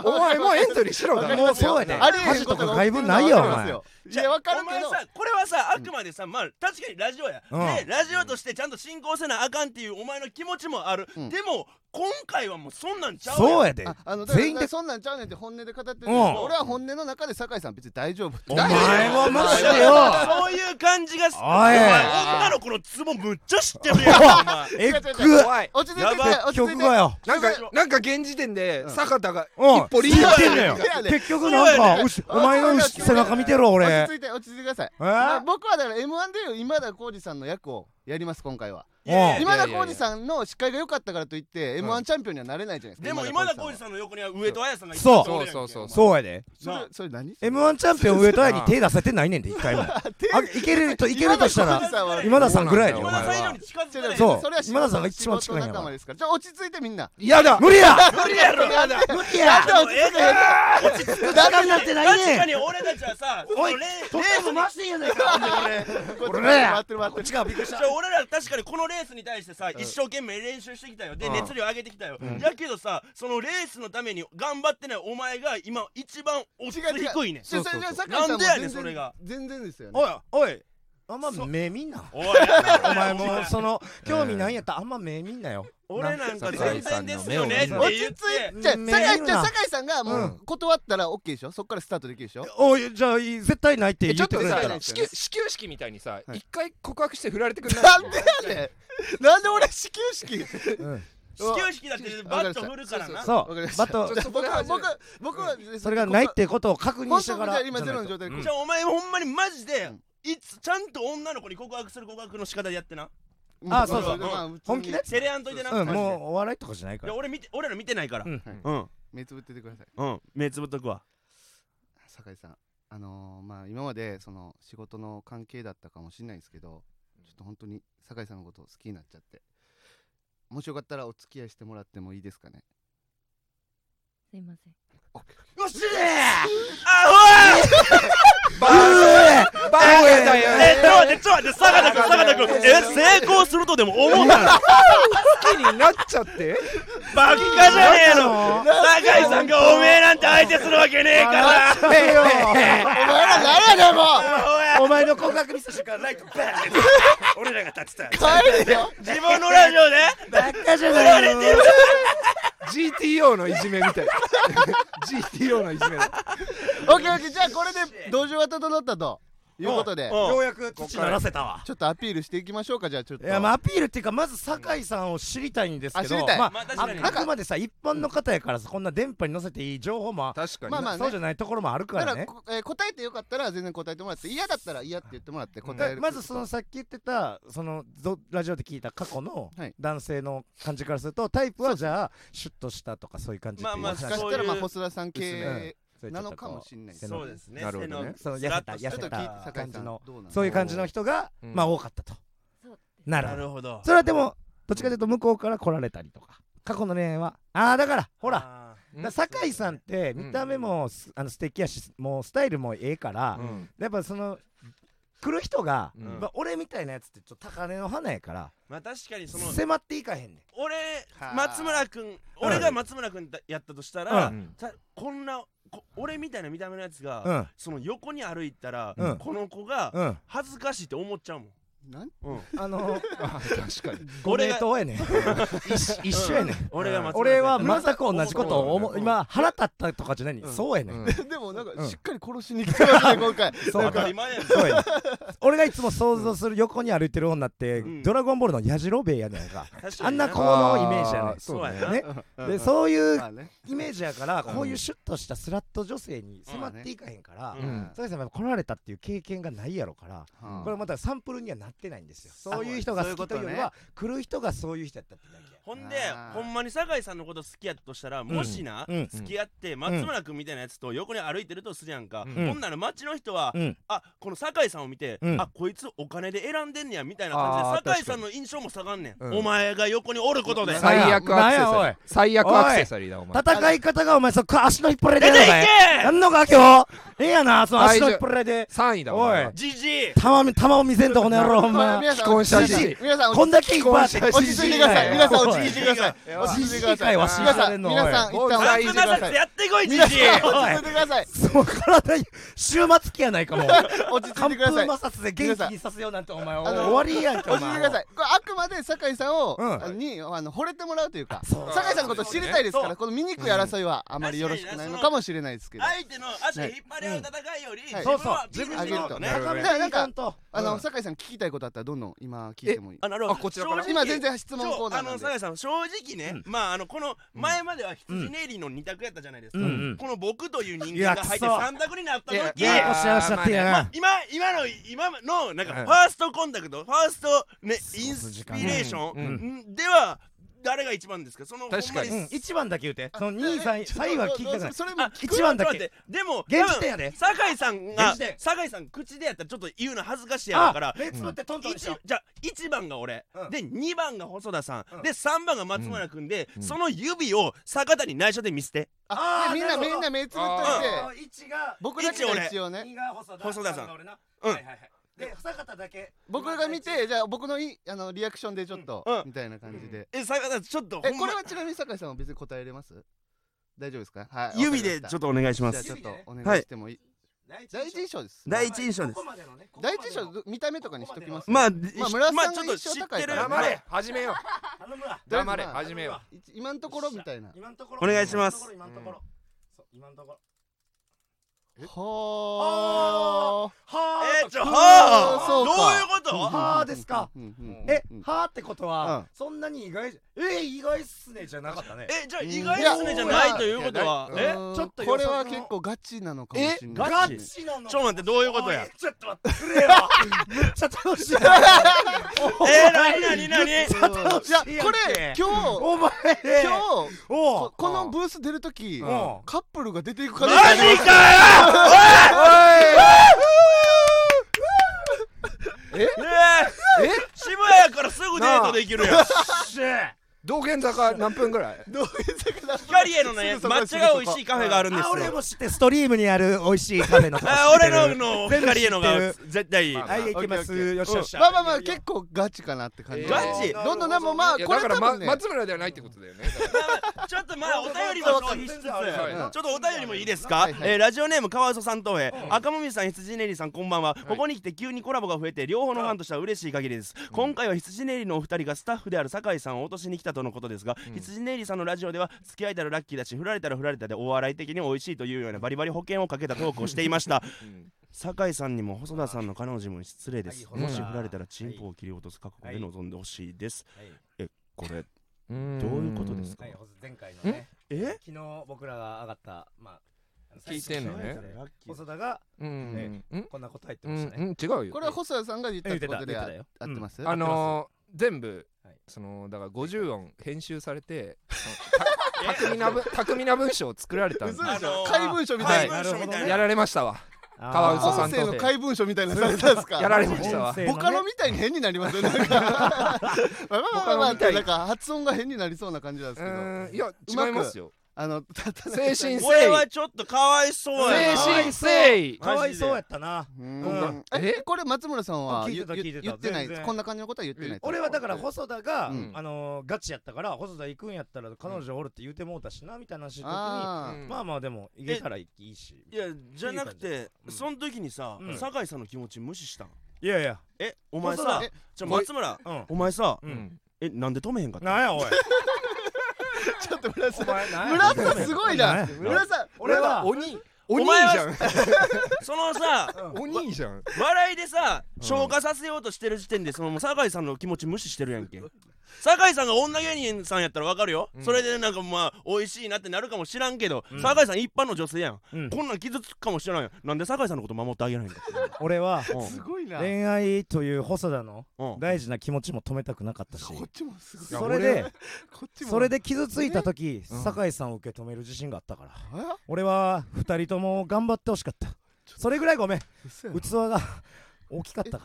[SPEAKER 2] お前もうエントリーしろ
[SPEAKER 5] わか
[SPEAKER 2] だ
[SPEAKER 5] りますよ
[SPEAKER 4] もうそうやね
[SPEAKER 5] ありえへんことが起きてるのはわかりますよいやわかる
[SPEAKER 1] お前
[SPEAKER 5] け
[SPEAKER 1] さこれはさあくまでさ、まあ確かにラジオや、
[SPEAKER 4] うん
[SPEAKER 1] ねラジオとしてちゃんと進行せなあかんっていうお前の気持ちもある、
[SPEAKER 5] うん
[SPEAKER 1] でも今回はもうそんなんちゃう
[SPEAKER 4] そう
[SPEAKER 1] や
[SPEAKER 4] やで
[SPEAKER 5] どああの
[SPEAKER 4] 全
[SPEAKER 5] 全
[SPEAKER 4] 員
[SPEAKER 5] 員
[SPEAKER 4] で
[SPEAKER 5] でそんなんちゃうねんって本音で語ってるけど
[SPEAKER 4] うん
[SPEAKER 5] 俺は本音の中で酒井さん別に大丈夫って
[SPEAKER 4] お前も無視
[SPEAKER 1] ん
[SPEAKER 4] よ
[SPEAKER 1] そういう感じがす
[SPEAKER 4] おい
[SPEAKER 1] 女の子のツボむっちゃ知ってるやんお前
[SPEAKER 4] えっ
[SPEAKER 5] 違う違う違う
[SPEAKER 4] ぐ
[SPEAKER 2] 怖い
[SPEAKER 5] 落ち着いて
[SPEAKER 1] やばい
[SPEAKER 5] 落ち着
[SPEAKER 4] 曲
[SPEAKER 5] いて
[SPEAKER 4] がよ
[SPEAKER 2] なんかなんか現時点で
[SPEAKER 5] うん
[SPEAKER 2] 坂田が
[SPEAKER 4] うん
[SPEAKER 2] 一歩リード
[SPEAKER 4] 言っ
[SPEAKER 2] してて
[SPEAKER 4] ん
[SPEAKER 2] ん
[SPEAKER 4] の
[SPEAKER 2] の
[SPEAKER 4] よ
[SPEAKER 2] よ
[SPEAKER 5] いやね
[SPEAKER 4] 結局なんかうしお前のうし背中見てろ俺
[SPEAKER 5] 落ち着いて落ち着いてください
[SPEAKER 4] え
[SPEAKER 5] まあ
[SPEAKER 4] ー
[SPEAKER 5] 僕はだから M1 でいう今田耕司さんの役をやります今回は
[SPEAKER 1] やいやいや
[SPEAKER 4] うん
[SPEAKER 5] 今田耕司さんの司会が良かったからといって
[SPEAKER 2] うん
[SPEAKER 5] M1 チャンピオンにはなれないじゃないで
[SPEAKER 1] です
[SPEAKER 5] か
[SPEAKER 1] も今田耕司さんの横には上戸彩さんがい
[SPEAKER 4] そう
[SPEAKER 2] そうそうそう
[SPEAKER 1] う
[SPEAKER 4] そうやで
[SPEAKER 5] それそれ何
[SPEAKER 4] M1 チャンピオン上戸彩に手出せてないねんで一回もあいけるといけるとした
[SPEAKER 5] 今田
[SPEAKER 4] ら
[SPEAKER 5] 耕司さんは
[SPEAKER 4] 今田さんぐらいやでお
[SPEAKER 1] 今
[SPEAKER 4] 前
[SPEAKER 1] 田さん以上
[SPEAKER 4] は
[SPEAKER 1] に近づけない
[SPEAKER 4] そう
[SPEAKER 5] それは仕事
[SPEAKER 4] 今田さんが一番近いんや
[SPEAKER 5] 仕
[SPEAKER 4] から
[SPEAKER 5] 事仲間ですからちょ落ち着いてみんな
[SPEAKER 2] やだ
[SPEAKER 4] 無理や
[SPEAKER 1] 無理やろ
[SPEAKER 2] やだ
[SPEAKER 4] 無理や
[SPEAKER 1] もうええか
[SPEAKER 4] 時間になってない
[SPEAKER 1] 確か
[SPEAKER 4] ね
[SPEAKER 1] に俺たちはさ
[SPEAKER 4] おい
[SPEAKER 1] そのレー
[SPEAKER 4] とっさに回してんやないか
[SPEAKER 5] 俺
[SPEAKER 4] らや
[SPEAKER 5] 回ってる回ってる
[SPEAKER 1] じゃあ俺ら確かにこのレースに対してさ、一生懸命練習してきたよで、
[SPEAKER 2] うん
[SPEAKER 1] 熱量上げてきたよ、やけどさそのレースのために頑張ってないお前が今一番落ち低い ねん
[SPEAKER 5] そうそうそう
[SPEAKER 1] なんでやねんそれが
[SPEAKER 5] 全然ですよね
[SPEAKER 4] おいおいあんま目見んな
[SPEAKER 1] おいやめろ
[SPEAKER 4] お前も
[SPEAKER 1] お
[SPEAKER 4] うその興味ないんやったらあんま目見んなよ
[SPEAKER 1] 俺なんか全然ですよねって言っ
[SPEAKER 5] 落
[SPEAKER 1] て
[SPEAKER 5] ち着いて
[SPEAKER 4] 言
[SPEAKER 5] じ
[SPEAKER 4] っ
[SPEAKER 5] ゃ
[SPEAKER 4] て
[SPEAKER 5] あ酒井じゃあ酒井さんがも
[SPEAKER 4] うん
[SPEAKER 5] う断ったら OK でしょそっからスタートできるでしょ
[SPEAKER 4] おいじゃあいい絶対ないって
[SPEAKER 2] えち
[SPEAKER 4] 言
[SPEAKER 2] ょ
[SPEAKER 4] っ
[SPEAKER 2] ってと
[SPEAKER 4] くれ
[SPEAKER 2] さ
[SPEAKER 4] たら
[SPEAKER 2] 始球始球式みたいにさ
[SPEAKER 5] はい
[SPEAKER 2] 一回告白して振られてくんない
[SPEAKER 5] なんでやねんなんで俺始球式
[SPEAKER 4] うん
[SPEAKER 1] 始球式だってバット振るからな
[SPEAKER 4] そ
[SPEAKER 5] わか
[SPEAKER 4] う
[SPEAKER 5] りまし
[SPEAKER 4] バ
[SPEAKER 5] た
[SPEAKER 4] ット
[SPEAKER 2] ちょっと
[SPEAKER 5] 僕は
[SPEAKER 2] そこ
[SPEAKER 5] 僕
[SPEAKER 2] で
[SPEAKER 5] は僕は
[SPEAKER 4] それがないってことを確認
[SPEAKER 5] 本
[SPEAKER 4] して
[SPEAKER 5] 当
[SPEAKER 4] か
[SPEAKER 5] に
[SPEAKER 4] ら
[SPEAKER 5] じゃあ今ゼロの状態で
[SPEAKER 1] じゃあお前ほんまにマジで、
[SPEAKER 5] ん
[SPEAKER 1] いつちゃんと女の子に告白する告白の仕方でやってな
[SPEAKER 4] あそうそう本気で
[SPEAKER 1] 照れやんといてな、
[SPEAKER 4] うん
[SPEAKER 1] マジで
[SPEAKER 4] もうお笑いとかじゃないか
[SPEAKER 1] いや
[SPEAKER 4] ら
[SPEAKER 1] 俺見て俺ら見てないから
[SPEAKER 4] うん
[SPEAKER 1] うん
[SPEAKER 5] 目つぶっててください
[SPEAKER 1] うん目つぶっとくわ
[SPEAKER 5] 酒井さんあのーまあ今までその仕事の関係だったかもしれないですけどちょっと本当に酒井さんのこと好きになっちゃってもしよかったらお付き合いしてもらってもいいですかね
[SPEAKER 6] すいません
[SPEAKER 1] よっしゃーあおい
[SPEAKER 2] バーカバーカだよ
[SPEAKER 1] え、ちょ、待ってちょ、待って、坂田君、坂田君、え、成功するとでも思うな。バ
[SPEAKER 2] 好きになっちゃって
[SPEAKER 1] カじゃねえの。酒井さんがおめえなんて相手するわけねえから。
[SPEAKER 4] ええよ
[SPEAKER 5] お前ら誰やねんも
[SPEAKER 4] お前の告白ミスしかない
[SPEAKER 1] 俺らが立ってた。
[SPEAKER 5] う帰れよ
[SPEAKER 1] 自分のラジオで。
[SPEAKER 4] バカじゃ
[SPEAKER 1] 振られてる。
[SPEAKER 2] GTO のいじめみたい GTO のいじめだ
[SPEAKER 5] オッケーオッケーじゃあこれで道場は整ったということ
[SPEAKER 1] う
[SPEAKER 5] で
[SPEAKER 1] ん
[SPEAKER 4] ようやく土鳴らせたわ
[SPEAKER 5] ちょっとアピールしていきましょうかじゃあちょっと
[SPEAKER 4] いやまあアピールっていうかまず酒井さんを知りたいんですけど
[SPEAKER 5] あ知りたい
[SPEAKER 4] ま
[SPEAKER 1] まあ確
[SPEAKER 4] あ
[SPEAKER 1] かに
[SPEAKER 4] ああくまでさ一般の方やからさこんな電波に乗せていい情報も
[SPEAKER 2] 確か
[SPEAKER 5] まあまあね
[SPEAKER 4] そうじゃないところもあるか
[SPEAKER 5] だからら、
[SPEAKER 4] ね
[SPEAKER 5] こえー答えてよかったら全然答えてもらって嫌だったら嫌って言ってもらって
[SPEAKER 4] だ
[SPEAKER 5] 答
[SPEAKER 4] か
[SPEAKER 5] え
[SPEAKER 4] ら
[SPEAKER 5] る、
[SPEAKER 4] まずそのさっき言ってたそのどラジオで聞いた過去の
[SPEAKER 5] はい
[SPEAKER 4] 男性の感じからするとタイプはじゃあシュッとしたとかそういう感じっていう
[SPEAKER 1] まあま
[SPEAKER 5] もし
[SPEAKER 1] あ
[SPEAKER 5] か
[SPEAKER 1] そ
[SPEAKER 5] し
[SPEAKER 1] う
[SPEAKER 5] た
[SPEAKER 1] い
[SPEAKER 5] ら
[SPEAKER 1] う
[SPEAKER 5] まあホスラさん
[SPEAKER 4] で
[SPEAKER 5] 系
[SPEAKER 4] それちょ
[SPEAKER 5] な
[SPEAKER 4] っとこう
[SPEAKER 5] のかもしれないです
[SPEAKER 4] 背
[SPEAKER 5] ね
[SPEAKER 4] の
[SPEAKER 1] そうですね。
[SPEAKER 2] なるほどね
[SPEAKER 1] 背
[SPEAKER 4] そ
[SPEAKER 1] の
[SPEAKER 4] の痩せた
[SPEAKER 1] スラ
[SPEAKER 4] 痩
[SPEAKER 5] ちょ
[SPEAKER 4] せ
[SPEAKER 5] っと聞いて
[SPEAKER 4] た
[SPEAKER 5] 酒井
[SPEAKER 4] 感じ
[SPEAKER 5] さん
[SPEAKER 4] の
[SPEAKER 5] どうなの
[SPEAKER 4] そういう感じの人が
[SPEAKER 2] うん
[SPEAKER 4] まあ多かったと
[SPEAKER 6] そうです
[SPEAKER 4] な
[SPEAKER 1] ッとな
[SPEAKER 4] るほ
[SPEAKER 1] る
[SPEAKER 4] ど
[SPEAKER 1] ほど。
[SPEAKER 4] それはでもどっちかというと向こうから来られたりとか過去の恋愛はああだからほら
[SPEAKER 1] ら。
[SPEAKER 2] うん
[SPEAKER 4] だから酒井さんって
[SPEAKER 2] うん
[SPEAKER 4] 見た目もす、あの素敵やしもうスタイルもええから、
[SPEAKER 2] うん
[SPEAKER 4] やっぱその来る人が、
[SPEAKER 2] うん
[SPEAKER 4] まあ俺みたいなやつってちょっと高嶺の花やから
[SPEAKER 1] まあ確かにその
[SPEAKER 4] 迫っていかへんねん
[SPEAKER 1] 俺
[SPEAKER 5] はあ
[SPEAKER 1] 松村君俺が松村君だやったとした
[SPEAKER 4] う
[SPEAKER 1] ら
[SPEAKER 2] ん
[SPEAKER 1] たこんなこ俺みたいな見た目のやつ
[SPEAKER 4] う
[SPEAKER 1] が
[SPEAKER 4] ん
[SPEAKER 1] その横に歩いたら
[SPEAKER 4] うん
[SPEAKER 1] この子が
[SPEAKER 4] うん
[SPEAKER 1] 恥ずかしいって思っちゃうもん
[SPEAKER 5] なん
[SPEAKER 4] あの
[SPEAKER 2] あ確かに
[SPEAKER 4] ご名答やねん 一一緒やねん、
[SPEAKER 1] 俺が松村
[SPEAKER 4] 俺
[SPEAKER 1] 君
[SPEAKER 4] は全く同じことを思う
[SPEAKER 2] うん
[SPEAKER 4] 今腹立ったとかじゃない、
[SPEAKER 2] うん
[SPEAKER 4] そうやねん、
[SPEAKER 2] うん
[SPEAKER 5] でもなん
[SPEAKER 4] う
[SPEAKER 5] か
[SPEAKER 4] ん
[SPEAKER 5] しっかり殺しに来 てますね今回
[SPEAKER 4] そう
[SPEAKER 1] 当たり 前やねん
[SPEAKER 4] そうやねん俺がいつも想像する横に歩いてる女って、
[SPEAKER 1] うん
[SPEAKER 4] ドラゴンボールのやじろべえやねんか
[SPEAKER 1] 確
[SPEAKER 4] あ
[SPEAKER 1] か
[SPEAKER 4] ん
[SPEAKER 1] に
[SPEAKER 4] な子のイメージやねん
[SPEAKER 2] あーそう
[SPEAKER 1] そうやな
[SPEAKER 4] ね
[SPEAKER 5] うん
[SPEAKER 4] でそういう
[SPEAKER 5] まあね
[SPEAKER 4] イメージやから、
[SPEAKER 2] うん
[SPEAKER 4] こういうシュッとしたスラッと女性に迫っていかへんから
[SPEAKER 1] う、
[SPEAKER 2] ん
[SPEAKER 4] それさんやっぱ来られたっていう経験がないやろから、
[SPEAKER 5] はあ
[SPEAKER 4] これまたサンプルにはなってないんですよ。
[SPEAKER 5] そう
[SPEAKER 4] そういう人が好きというよりは、来る人がそういう人やったってだ
[SPEAKER 1] ほんで
[SPEAKER 5] あー
[SPEAKER 1] ほんまに酒井さんのこと好きやとしたらもしな
[SPEAKER 4] け。うん。
[SPEAKER 1] 付き合って松村君みたいなやつと横に歩いてるとするやんか
[SPEAKER 2] うん
[SPEAKER 1] ほんなら街の人は
[SPEAKER 4] うん。
[SPEAKER 1] あこの酒井さんを見て、
[SPEAKER 4] うん
[SPEAKER 1] あこいつお金で選んでんねやみたいな感じで
[SPEAKER 2] あー
[SPEAKER 1] 酒井さんの印象も下がんねん、
[SPEAKER 2] 確かにうん
[SPEAKER 1] お前が横におることで
[SPEAKER 5] うん
[SPEAKER 1] 出て
[SPEAKER 2] 最悪アクセ
[SPEAKER 4] な
[SPEAKER 2] サ
[SPEAKER 4] んやお
[SPEAKER 2] リ
[SPEAKER 4] い
[SPEAKER 2] ー最悪アクセサリーだお前
[SPEAKER 4] 戦い方がお前、そっか足の引っ張られて
[SPEAKER 1] い
[SPEAKER 4] んのかいや
[SPEAKER 1] け
[SPEAKER 4] んのか今日ええやな、その足の引っ張られて。
[SPEAKER 2] 3位だお
[SPEAKER 4] お
[SPEAKER 2] 前
[SPEAKER 4] い
[SPEAKER 1] じじい
[SPEAKER 4] 玉み、玉を見せんとこの野郎、ほんま。
[SPEAKER 5] 皆さん
[SPEAKER 2] 既婚者
[SPEAKER 5] 皆さん
[SPEAKER 2] じじい
[SPEAKER 5] 皆さん
[SPEAKER 4] こんだけいっぱい
[SPEAKER 2] 既婚者
[SPEAKER 5] 落ち着いてください皆さん落ち
[SPEAKER 4] おい
[SPEAKER 5] 聞いてください
[SPEAKER 2] やば
[SPEAKER 5] 落
[SPEAKER 2] い
[SPEAKER 5] ち着いてくださ
[SPEAKER 4] 知識
[SPEAKER 5] い
[SPEAKER 4] 会は
[SPEAKER 5] 皆さ
[SPEAKER 4] 知りま
[SPEAKER 5] ん
[SPEAKER 4] せんの
[SPEAKER 5] 皆さん
[SPEAKER 2] おい
[SPEAKER 5] 一旦落ち着い
[SPEAKER 1] 熱
[SPEAKER 5] て
[SPEAKER 1] な
[SPEAKER 5] くだ
[SPEAKER 1] さ
[SPEAKER 5] さ
[SPEAKER 1] っ
[SPEAKER 5] い
[SPEAKER 1] てやってこい
[SPEAKER 5] 日
[SPEAKER 1] じ
[SPEAKER 5] 落
[SPEAKER 1] じ
[SPEAKER 5] ち
[SPEAKER 1] い
[SPEAKER 5] 着いてください
[SPEAKER 4] その体に終末期やないかもう
[SPEAKER 5] 落ち着い
[SPEAKER 4] 寒
[SPEAKER 5] てくださ
[SPEAKER 4] 風
[SPEAKER 5] い
[SPEAKER 4] 摩擦で元気にさせようなんてお前
[SPEAKER 5] あ
[SPEAKER 4] 終
[SPEAKER 5] の
[SPEAKER 4] わりやんけお
[SPEAKER 5] 落ち着い
[SPEAKER 4] 前
[SPEAKER 5] てくださいこれあくまで酒井さんを、
[SPEAKER 4] うん
[SPEAKER 5] あにあの惚れてもらうというか
[SPEAKER 4] そう
[SPEAKER 5] 酒井さんのこと知りたいですか
[SPEAKER 1] そ
[SPEAKER 5] らこの醜い争いはあまりよろしくないのかもしれないですけど、
[SPEAKER 1] 相手の足引っ張り合う戦いより
[SPEAKER 5] はい
[SPEAKER 1] 自分は
[SPEAKER 4] そうそう
[SPEAKER 1] 自分のことね
[SPEAKER 2] 自分の
[SPEAKER 4] 高め
[SPEAKER 5] なるほどね
[SPEAKER 4] ていかんと
[SPEAKER 5] あ
[SPEAKER 4] う
[SPEAKER 5] の
[SPEAKER 4] ん
[SPEAKER 5] 酒井さん聞きたいことあったらどんどん今聞いてもいい
[SPEAKER 1] あなるほど
[SPEAKER 2] あこちらから
[SPEAKER 1] 正直
[SPEAKER 5] 今全然質問コーナー
[SPEAKER 1] あ
[SPEAKER 5] なん
[SPEAKER 1] の
[SPEAKER 5] で
[SPEAKER 1] さやさん正直ね、まああのこの前までは羊ネイリの二択やったじゃないですか、
[SPEAKER 4] うんうん
[SPEAKER 1] この僕という人間が入って
[SPEAKER 4] いやくそ
[SPEAKER 1] 三択になった
[SPEAKER 5] いや
[SPEAKER 1] 時
[SPEAKER 5] い
[SPEAKER 4] ややこしい話しちゃってや
[SPEAKER 1] ま
[SPEAKER 4] な
[SPEAKER 1] あ、今今の今のなんか
[SPEAKER 2] は
[SPEAKER 1] フ
[SPEAKER 2] い
[SPEAKER 1] ァーストコンタクト、ファーストねイン
[SPEAKER 4] そ
[SPEAKER 1] ス
[SPEAKER 4] う時
[SPEAKER 1] ピ
[SPEAKER 4] 間
[SPEAKER 1] レーション、
[SPEAKER 2] うん
[SPEAKER 1] んでは誰が一番ですかその
[SPEAKER 2] 確かに
[SPEAKER 1] ほんま
[SPEAKER 4] うん一番だけ言うてその二
[SPEAKER 5] え
[SPEAKER 4] 三
[SPEAKER 5] ちょっと
[SPEAKER 4] 三位は聞いてください
[SPEAKER 5] それも
[SPEAKER 1] あ
[SPEAKER 4] 一番だけ
[SPEAKER 1] ちょっと待ってでも
[SPEAKER 4] 現時点やで
[SPEAKER 1] 多分酒井さん
[SPEAKER 4] 現
[SPEAKER 1] が
[SPEAKER 4] 時点
[SPEAKER 1] 酒井さん口でやったらちょっと言うの恥ずかしいやろうから
[SPEAKER 4] 目つぶってトントン
[SPEAKER 1] 一
[SPEAKER 4] しよう
[SPEAKER 1] じゃあ1番が俺、
[SPEAKER 4] うん
[SPEAKER 1] で2番が細田さん、
[SPEAKER 4] うん
[SPEAKER 1] で3番が松村君で、
[SPEAKER 2] うん
[SPEAKER 1] その指を坂田に内緒で見せて、
[SPEAKER 4] あー
[SPEAKER 5] でみん
[SPEAKER 4] なる
[SPEAKER 5] な
[SPEAKER 4] ほ
[SPEAKER 5] み
[SPEAKER 4] ど
[SPEAKER 5] んな目つぶっといて
[SPEAKER 2] あ
[SPEAKER 4] 一が
[SPEAKER 5] 僕だけが
[SPEAKER 1] 一
[SPEAKER 5] 一応ね
[SPEAKER 4] 二が細田
[SPEAKER 1] 細田さん
[SPEAKER 4] 三が俺な
[SPEAKER 1] うん
[SPEAKER 4] はいはいはいで坂田だけ
[SPEAKER 5] 僕が見てじゃあ僕のいあのリアクションでちょっと、
[SPEAKER 1] うん
[SPEAKER 5] みたいな感じで、
[SPEAKER 1] え坂田ちょっと
[SPEAKER 5] え
[SPEAKER 1] ほん
[SPEAKER 5] こ
[SPEAKER 1] ま
[SPEAKER 5] れはちなみに酒井さんは別に答えれます大丈夫ですかはい
[SPEAKER 1] 指でちょっ
[SPEAKER 5] っ
[SPEAKER 1] とお願いしま
[SPEAKER 5] じゃあち
[SPEAKER 1] す
[SPEAKER 5] ょっと
[SPEAKER 1] は
[SPEAKER 5] お願
[SPEAKER 1] い
[SPEAKER 5] いしてもいい、第
[SPEAKER 4] 第
[SPEAKER 5] 一印象です
[SPEAKER 1] 第一印象です
[SPEAKER 4] ここまのねここま
[SPEAKER 5] 第
[SPEAKER 4] で
[SPEAKER 5] 一
[SPEAKER 4] の
[SPEAKER 5] 印象ど見た目とかにしときます
[SPEAKER 1] まあ、
[SPEAKER 5] まあ村田さんが
[SPEAKER 1] ちょっと知
[SPEAKER 5] 印象
[SPEAKER 1] っ
[SPEAKER 5] 高
[SPEAKER 1] て
[SPEAKER 5] い
[SPEAKER 1] る
[SPEAKER 5] から
[SPEAKER 2] 黙れ始めよう
[SPEAKER 4] 頼むわ
[SPEAKER 2] 黙れ
[SPEAKER 5] まあ
[SPEAKER 2] 始めよ
[SPEAKER 5] い今のところみたいな
[SPEAKER 4] 今のところ
[SPEAKER 1] お願いします
[SPEAKER 4] 今のところそう今のところ
[SPEAKER 5] は
[SPEAKER 4] は
[SPEAKER 1] えー、ちょ
[SPEAKER 4] ー
[SPEAKER 1] は
[SPEAKER 5] あ
[SPEAKER 1] あ
[SPEAKER 5] そう
[SPEAKER 1] どう
[SPEAKER 5] か
[SPEAKER 1] いうこ
[SPEAKER 5] あ
[SPEAKER 1] と、
[SPEAKER 4] はあですかえはあってこと
[SPEAKER 5] う
[SPEAKER 4] は
[SPEAKER 5] ん
[SPEAKER 4] そんなに意外じゃえ意外っすねじゃなかったね
[SPEAKER 1] えじゃあ
[SPEAKER 5] うん
[SPEAKER 1] 意外ですねじゃないということはいえ
[SPEAKER 5] え
[SPEAKER 4] ちょ
[SPEAKER 5] ちょ
[SPEAKER 4] っ
[SPEAKER 5] っ
[SPEAKER 4] と
[SPEAKER 5] と
[SPEAKER 4] 予測
[SPEAKER 5] これ
[SPEAKER 4] の
[SPEAKER 5] は結構ガチなのかもしれない
[SPEAKER 1] ガ
[SPEAKER 4] ガ
[SPEAKER 1] チ
[SPEAKER 4] チなの
[SPEAKER 1] ちょっと待ってどういうことや
[SPEAKER 4] おちょっと待って くれよめっちゃ楽しいな
[SPEAKER 1] えー、なになになに
[SPEAKER 5] いやこれ今日
[SPEAKER 4] お前
[SPEAKER 5] 今
[SPEAKER 4] 今
[SPEAKER 5] 日
[SPEAKER 4] お
[SPEAKER 5] ここのブース出るとき
[SPEAKER 4] うん
[SPEAKER 5] カップルが出ていく
[SPEAKER 1] マ
[SPEAKER 5] 可能性あります
[SPEAKER 1] ジかよ
[SPEAKER 2] え
[SPEAKER 1] ねえ渋谷やからすぐデートできるやん
[SPEAKER 4] しあ
[SPEAKER 2] 道玄坂何分ぐらい
[SPEAKER 5] どういうことだ
[SPEAKER 1] 光栄のね
[SPEAKER 5] すぐそこ
[SPEAKER 1] 抹茶が美味しいカフェがあるんですよ
[SPEAKER 4] 俺も知ってストリームにある美味しいカフェのとこ知
[SPEAKER 1] あ
[SPEAKER 4] って
[SPEAKER 1] 俺
[SPEAKER 4] る
[SPEAKER 1] のの
[SPEAKER 4] 全部知って
[SPEAKER 1] 光
[SPEAKER 4] る
[SPEAKER 1] 栄のが絶対いい
[SPEAKER 2] まあ
[SPEAKER 4] はい行きま
[SPEAKER 5] オッケーオッケ
[SPEAKER 4] すよっしゃよっしゃ
[SPEAKER 5] まあまあまあ結構ガチかなって感じ
[SPEAKER 1] ガチ
[SPEAKER 5] どんどんでもまあ
[SPEAKER 2] いや
[SPEAKER 5] こ
[SPEAKER 2] だ
[SPEAKER 5] れ
[SPEAKER 2] から
[SPEAKER 5] 多
[SPEAKER 2] ま
[SPEAKER 5] 分ね
[SPEAKER 2] 松村ではないってことだよねだから
[SPEAKER 1] ちょっとまあお便りも消費しつつちょ
[SPEAKER 2] はい
[SPEAKER 1] っとお便りもいいですか
[SPEAKER 5] はいはい
[SPEAKER 1] えーラジオネームカワウソ三等兵赤もみじさん羊ねりさんこんばんはここに来て急にコラボが増えて両方のファンとしては嬉しい限りです今回は羊ねりのお二人がスタッフである酒井さんを落としに来たとのことですが
[SPEAKER 2] うん
[SPEAKER 1] 羊ねりさんのラジオでは付き合えたらラッキーだし振られたら振られたでお笑い的に美味しいというようなバリバリ保険をかけたトークをしていました
[SPEAKER 2] うん
[SPEAKER 1] 酒井さんにも細田さんの彼女も失礼です
[SPEAKER 4] はい
[SPEAKER 1] もし振られたらチンポを切り落とす覚悟で臨んでほしいです
[SPEAKER 4] はい
[SPEAKER 1] えこれ
[SPEAKER 2] うん
[SPEAKER 1] どういうことですか
[SPEAKER 4] はい前回のね
[SPEAKER 1] え
[SPEAKER 4] 昨日僕らが上がったまああの
[SPEAKER 2] 聞いてんのね
[SPEAKER 4] 最初の細田が
[SPEAKER 2] うんうん
[SPEAKER 4] こんなこと入って
[SPEAKER 2] う
[SPEAKER 4] ま
[SPEAKER 2] ん
[SPEAKER 4] したね
[SPEAKER 2] うん違うよ
[SPEAKER 5] これは細田さんが言った
[SPEAKER 4] 言
[SPEAKER 5] っ
[SPEAKER 4] ってて
[SPEAKER 5] こ
[SPEAKER 4] た
[SPEAKER 5] と
[SPEAKER 4] 言
[SPEAKER 5] で
[SPEAKER 4] っ
[SPEAKER 5] あ
[SPEAKER 4] てた
[SPEAKER 5] 合
[SPEAKER 4] よ
[SPEAKER 5] ってます
[SPEAKER 2] あのー全部
[SPEAKER 4] はい
[SPEAKER 2] そのだから50音編集されてそのた巧みな文巧みな文章を作られたんで
[SPEAKER 5] 嘘で
[SPEAKER 1] あ
[SPEAKER 5] し
[SPEAKER 1] の
[SPEAKER 5] ょ
[SPEAKER 1] ー
[SPEAKER 5] 怪文書みたいな
[SPEAKER 4] はい
[SPEAKER 1] 怪文書みたいな
[SPEAKER 2] やられましたわ
[SPEAKER 4] あー
[SPEAKER 2] カワウソさ
[SPEAKER 5] 音
[SPEAKER 2] ん
[SPEAKER 5] 声の怪文書みたいなのされたんですか
[SPEAKER 2] やられましたわ
[SPEAKER 4] 音声のね
[SPEAKER 5] ボカロみたいに変になりますよなんかまあまあまあまあ
[SPEAKER 2] ボカロみたい
[SPEAKER 5] なんか発音が変になりそうな感じなんで
[SPEAKER 2] う
[SPEAKER 5] すけど
[SPEAKER 2] ーんいや
[SPEAKER 5] うま
[SPEAKER 2] 違
[SPEAKER 5] く
[SPEAKER 2] いますよ
[SPEAKER 5] あのたた
[SPEAKER 2] 精神
[SPEAKER 1] これはちょっとかわいそうや
[SPEAKER 2] 精
[SPEAKER 1] な
[SPEAKER 2] 神誠意
[SPEAKER 4] かわいそうやったな
[SPEAKER 5] う
[SPEAKER 4] うんん
[SPEAKER 5] えこれ松村さんは
[SPEAKER 4] あ聞い
[SPEAKER 5] ゆ
[SPEAKER 4] てた聞いて
[SPEAKER 5] ゆ
[SPEAKER 4] た
[SPEAKER 5] 言ってない
[SPEAKER 4] 全然
[SPEAKER 5] こんな感じのことは言ってない
[SPEAKER 4] 俺はだから細田が、
[SPEAKER 5] うん
[SPEAKER 4] あのーガチやったから細田行くんやったら彼女おるって言うてもうたしなみたいな話の時に
[SPEAKER 5] あ
[SPEAKER 2] うん
[SPEAKER 4] まあまあでも行けたらいいし
[SPEAKER 1] いやじゃなくて、
[SPEAKER 4] うん
[SPEAKER 1] その時にさ、
[SPEAKER 4] うん
[SPEAKER 1] 酒井さんの気持ち無視したん
[SPEAKER 4] いやいや
[SPEAKER 1] えお前
[SPEAKER 4] そう
[SPEAKER 1] さ
[SPEAKER 4] だ
[SPEAKER 5] え
[SPEAKER 1] じゃ松村
[SPEAKER 4] うん
[SPEAKER 1] お前さ
[SPEAKER 4] う
[SPEAKER 2] うんん
[SPEAKER 1] えなんで止めへんかった
[SPEAKER 4] なんやおい
[SPEAKER 5] あちょっと村さ
[SPEAKER 4] お
[SPEAKER 5] ん
[SPEAKER 4] 前なんや
[SPEAKER 5] 村さんすごいな
[SPEAKER 4] うん
[SPEAKER 5] 村さん
[SPEAKER 4] 俺は
[SPEAKER 2] 鬼
[SPEAKER 1] お
[SPEAKER 2] 鬼
[SPEAKER 1] 前は
[SPEAKER 2] じゃん
[SPEAKER 1] そのさ
[SPEAKER 2] 鬼じゃん
[SPEAKER 1] 笑いでさ消化させようとしてる時点でそのもう酒井さんの気持ち無視してるやんけ酒井さんが女芸人さんやったらわかるよ、
[SPEAKER 2] うん
[SPEAKER 1] それでなんかまあ美味しいなってなるかもしらんけど、
[SPEAKER 4] うん
[SPEAKER 1] 酒井さん一般の女性やん、
[SPEAKER 4] うん
[SPEAKER 1] こんなん傷つくかもしれないやんなんで酒井さんのこと守ってあげないんだ
[SPEAKER 4] 俺は
[SPEAKER 5] すごいなこ
[SPEAKER 4] 恋愛という細田の
[SPEAKER 1] うんうん
[SPEAKER 4] 大事な気持ちも止めたくなかったし
[SPEAKER 5] っちもすごい
[SPEAKER 4] それで
[SPEAKER 5] こっちも
[SPEAKER 4] それで傷ついた時
[SPEAKER 2] うん
[SPEAKER 4] 酒井さんを受け止める自信があったから
[SPEAKER 5] え
[SPEAKER 4] 俺は2人とも頑張ってほしかったそれぐらいごめん
[SPEAKER 5] 嘘や
[SPEAKER 4] 器
[SPEAKER 5] ろ
[SPEAKER 4] が大きかったか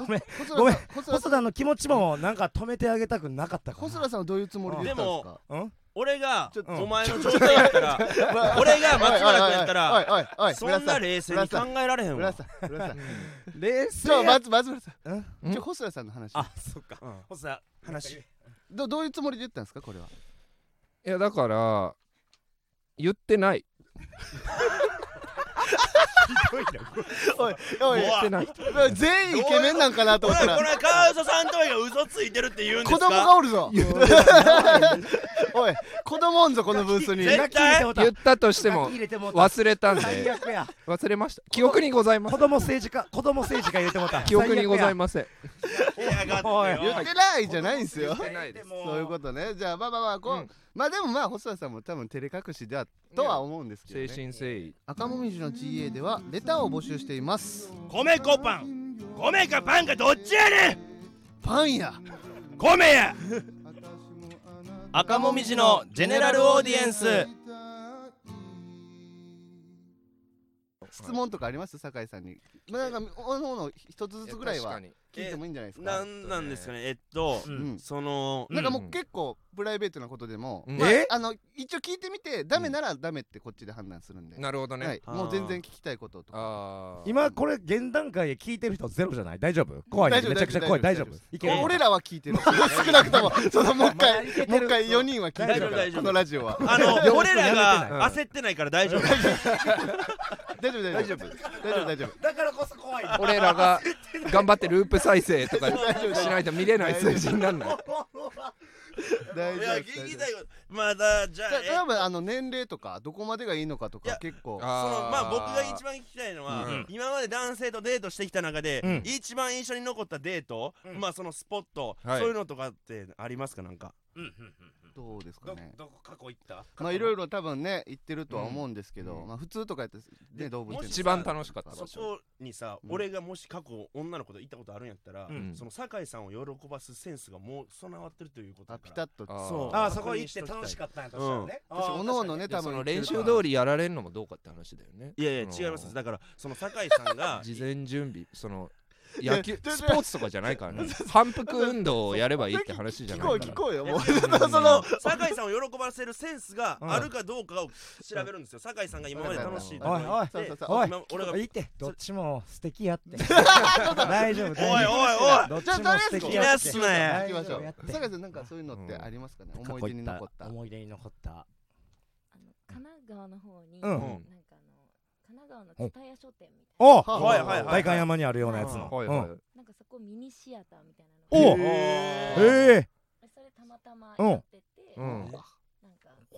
[SPEAKER 4] ごめん
[SPEAKER 5] 細田さ
[SPEAKER 4] ごめん
[SPEAKER 5] 細田さ
[SPEAKER 4] 細
[SPEAKER 5] ん
[SPEAKER 4] 田の気持ちもなんか止めてあげたくなかったから
[SPEAKER 5] 細田さんはどういうつもりで言ったんですか
[SPEAKER 4] うん
[SPEAKER 1] 俺が
[SPEAKER 5] ちょっ
[SPEAKER 4] と
[SPEAKER 1] お前の状態やったら俺が松村君やったらそんな冷静に考えられへん
[SPEAKER 5] 村
[SPEAKER 1] わ
[SPEAKER 5] さん村さん
[SPEAKER 4] 冷静
[SPEAKER 5] ちょ
[SPEAKER 4] や
[SPEAKER 5] 松松村さ
[SPEAKER 4] うん
[SPEAKER 5] んちょ細田さんの話
[SPEAKER 4] あそっか
[SPEAKER 1] うん
[SPEAKER 4] 細田
[SPEAKER 1] 話
[SPEAKER 5] どどういうつもりで言ったんですかこれは。
[SPEAKER 2] いやだから言ってない
[SPEAKER 5] おいおい
[SPEAKER 1] 怖っ
[SPEAKER 5] 全員イケメンなんかなと
[SPEAKER 1] ほ
[SPEAKER 5] 思っ
[SPEAKER 1] ら
[SPEAKER 5] た
[SPEAKER 1] こ
[SPEAKER 5] ら
[SPEAKER 1] れカウソさんとかが嘘ついてるって言うんです
[SPEAKER 5] 子
[SPEAKER 1] か
[SPEAKER 5] 供がおるぞおい子供おんぞこのブースに
[SPEAKER 1] 絶対
[SPEAKER 2] 言ったとしても
[SPEAKER 4] 入れてもうた
[SPEAKER 2] 忘れたん
[SPEAKER 4] 最
[SPEAKER 2] で
[SPEAKER 4] 悪や
[SPEAKER 2] 忘れました記憶にございま
[SPEAKER 4] 子
[SPEAKER 2] す
[SPEAKER 4] 供政治家子供政治家入れてもうた
[SPEAKER 2] 記憶にござい
[SPEAKER 4] ま
[SPEAKER 2] ません
[SPEAKER 1] 嫌がって
[SPEAKER 4] おい
[SPEAKER 5] 言っ
[SPEAKER 1] よ
[SPEAKER 5] てないじゃないんですよ
[SPEAKER 2] 言ってないです
[SPEAKER 5] そういうことねじゃあまあまあまあこう、
[SPEAKER 2] うん
[SPEAKER 5] まあでもまあ細田さんも多分照れ隠しではとは思うんですけど、
[SPEAKER 2] 精
[SPEAKER 5] ね、
[SPEAKER 2] 神誠意
[SPEAKER 5] 赤もみじの GA ではレターを募集しています
[SPEAKER 1] 米粉パン米かパンかどっちやねん
[SPEAKER 5] パンや
[SPEAKER 1] 米や赤もみじのジェネラルオーディエンス
[SPEAKER 5] 質問とかあります酒井さんに、まあ、なんかおのおの一つずつぐらい
[SPEAKER 2] や
[SPEAKER 5] は
[SPEAKER 2] 確かに
[SPEAKER 5] 聞いてもいいんじゃないです
[SPEAKER 1] な
[SPEAKER 5] か
[SPEAKER 1] んなんですかねえっと
[SPEAKER 4] う
[SPEAKER 5] うんん、
[SPEAKER 1] その
[SPEAKER 5] なんかもう結構プライベートなことでも、
[SPEAKER 2] うん
[SPEAKER 5] まあ
[SPEAKER 2] え
[SPEAKER 5] あの一応聞いてみてダメならダメってこっちで判断するんで、
[SPEAKER 2] なるほどね、
[SPEAKER 5] はい、
[SPEAKER 1] あー
[SPEAKER 5] もう全然聞きたいこととか
[SPEAKER 2] あー
[SPEAKER 4] 今これ現段階で聞いてる人ゼロじゃない大丈夫怖いね
[SPEAKER 5] 大丈夫
[SPEAKER 4] めちゃくちゃ怖い大
[SPEAKER 5] 大
[SPEAKER 4] 丈
[SPEAKER 5] 丈
[SPEAKER 4] 夫
[SPEAKER 5] 夫
[SPEAKER 4] い
[SPEAKER 5] お俺
[SPEAKER 4] ら
[SPEAKER 5] らは聞いてる少なくとも そのもう一回
[SPEAKER 4] いけて
[SPEAKER 5] も
[SPEAKER 4] る
[SPEAKER 5] う一回4人は聞いてるか
[SPEAKER 1] 大丈夫大
[SPEAKER 5] ら
[SPEAKER 1] 丈夫
[SPEAKER 5] このラジオは
[SPEAKER 1] あの俺ら
[SPEAKER 4] うん
[SPEAKER 1] が焦ってないから大丈夫
[SPEAKER 5] 大丈夫大丈夫大丈夫大丈夫
[SPEAKER 4] だからこそ怖い
[SPEAKER 2] 俺らが頑張ってループ再生とかしないと見れない数字になん ない
[SPEAKER 5] 大
[SPEAKER 1] い
[SPEAKER 5] 丈
[SPEAKER 1] や
[SPEAKER 5] 夫
[SPEAKER 1] 聞きたいことまだじゃあ
[SPEAKER 5] だ
[SPEAKER 1] え
[SPEAKER 5] 多分あの年齢とかどこまでがいいのかと
[SPEAKER 1] いや
[SPEAKER 5] か結構
[SPEAKER 1] そのまあ僕が一番
[SPEAKER 2] 番
[SPEAKER 1] 聞きたいのは、
[SPEAKER 2] うん
[SPEAKER 1] 今まで男性とデートしてきた中で、
[SPEAKER 4] うん
[SPEAKER 1] 一番印象に残ったデート、
[SPEAKER 4] うん
[SPEAKER 1] まあそのスポット、
[SPEAKER 2] はい
[SPEAKER 1] そういうのとかってありますかなんか
[SPEAKER 5] どうですか
[SPEAKER 1] ど
[SPEAKER 5] ね
[SPEAKER 1] どこ過去行った
[SPEAKER 5] まあいろいろ多分ね言ってるとは思うんですけど、
[SPEAKER 2] うん
[SPEAKER 5] まあ普通とかやったらね動物園とか
[SPEAKER 2] 一番楽しかった
[SPEAKER 1] そ
[SPEAKER 2] 場所
[SPEAKER 1] こにさ、
[SPEAKER 5] うん
[SPEAKER 1] 俺がもし過去女の子と行ったことあるんやったら、
[SPEAKER 4] うん
[SPEAKER 1] その酒井さんを喜ばすセンスがもう備わってるということ
[SPEAKER 5] あ
[SPEAKER 1] だか
[SPEAKER 5] ピ
[SPEAKER 1] ら
[SPEAKER 5] タッと
[SPEAKER 2] ー
[SPEAKER 1] そう
[SPEAKER 4] あーそこ行って楽しかったんやとしたらね
[SPEAKER 5] 私おのおのね
[SPEAKER 2] いや
[SPEAKER 5] 多分
[SPEAKER 2] その
[SPEAKER 5] 言って
[SPEAKER 2] 練
[SPEAKER 5] るから
[SPEAKER 2] 習通りやられるのもどうかって話だよね
[SPEAKER 1] いやいや
[SPEAKER 2] その
[SPEAKER 1] 違いますだからその酒井さんが
[SPEAKER 2] 事前準備その
[SPEAKER 5] や
[SPEAKER 2] 野球
[SPEAKER 5] ちょ
[SPEAKER 2] スポーツとかじゃないからね反復運動をやればいいって話じゃ
[SPEAKER 5] 聞
[SPEAKER 2] な
[SPEAKER 5] こう
[SPEAKER 2] い
[SPEAKER 5] 聞
[SPEAKER 2] から
[SPEAKER 5] こうよもう
[SPEAKER 1] その酒井さんを喜ばせるセンスがあるかどうかを調べるんですよ酒井さんが今まで楽しいとこ行って
[SPEAKER 4] おいおい
[SPEAKER 5] そうそうそう
[SPEAKER 4] おい
[SPEAKER 1] 今俺が
[SPEAKER 4] いいってどっちも素敵やって大丈夫大
[SPEAKER 1] おい
[SPEAKER 4] 丈
[SPEAKER 1] おいおい
[SPEAKER 4] 夫どっち
[SPEAKER 5] じゃあ
[SPEAKER 4] も
[SPEAKER 5] 誰
[SPEAKER 4] 素
[SPEAKER 5] ですか
[SPEAKER 4] 敵やっ
[SPEAKER 1] 気
[SPEAKER 4] て
[SPEAKER 1] なすなや
[SPEAKER 5] 行きまし
[SPEAKER 4] 大
[SPEAKER 5] ょ
[SPEAKER 4] 丈夫やっ
[SPEAKER 5] う
[SPEAKER 4] て
[SPEAKER 5] 酒井さんなんかそういうのってありますかね、思い出に残った
[SPEAKER 4] 思い出に残った
[SPEAKER 6] あの神奈川の方に、
[SPEAKER 4] うん
[SPEAKER 6] なんかあの神奈川の蔦屋書店みたい
[SPEAKER 4] お
[SPEAKER 5] は
[SPEAKER 1] はいはいはい
[SPEAKER 4] 代官山にあるようなやつの
[SPEAKER 2] はいは
[SPEAKER 4] うん
[SPEAKER 2] い
[SPEAKER 6] ななんかそこミニシアターみたいなの
[SPEAKER 4] おう
[SPEAKER 1] へー
[SPEAKER 4] え
[SPEAKER 6] それたまたまやってて、
[SPEAKER 2] うん
[SPEAKER 6] なんか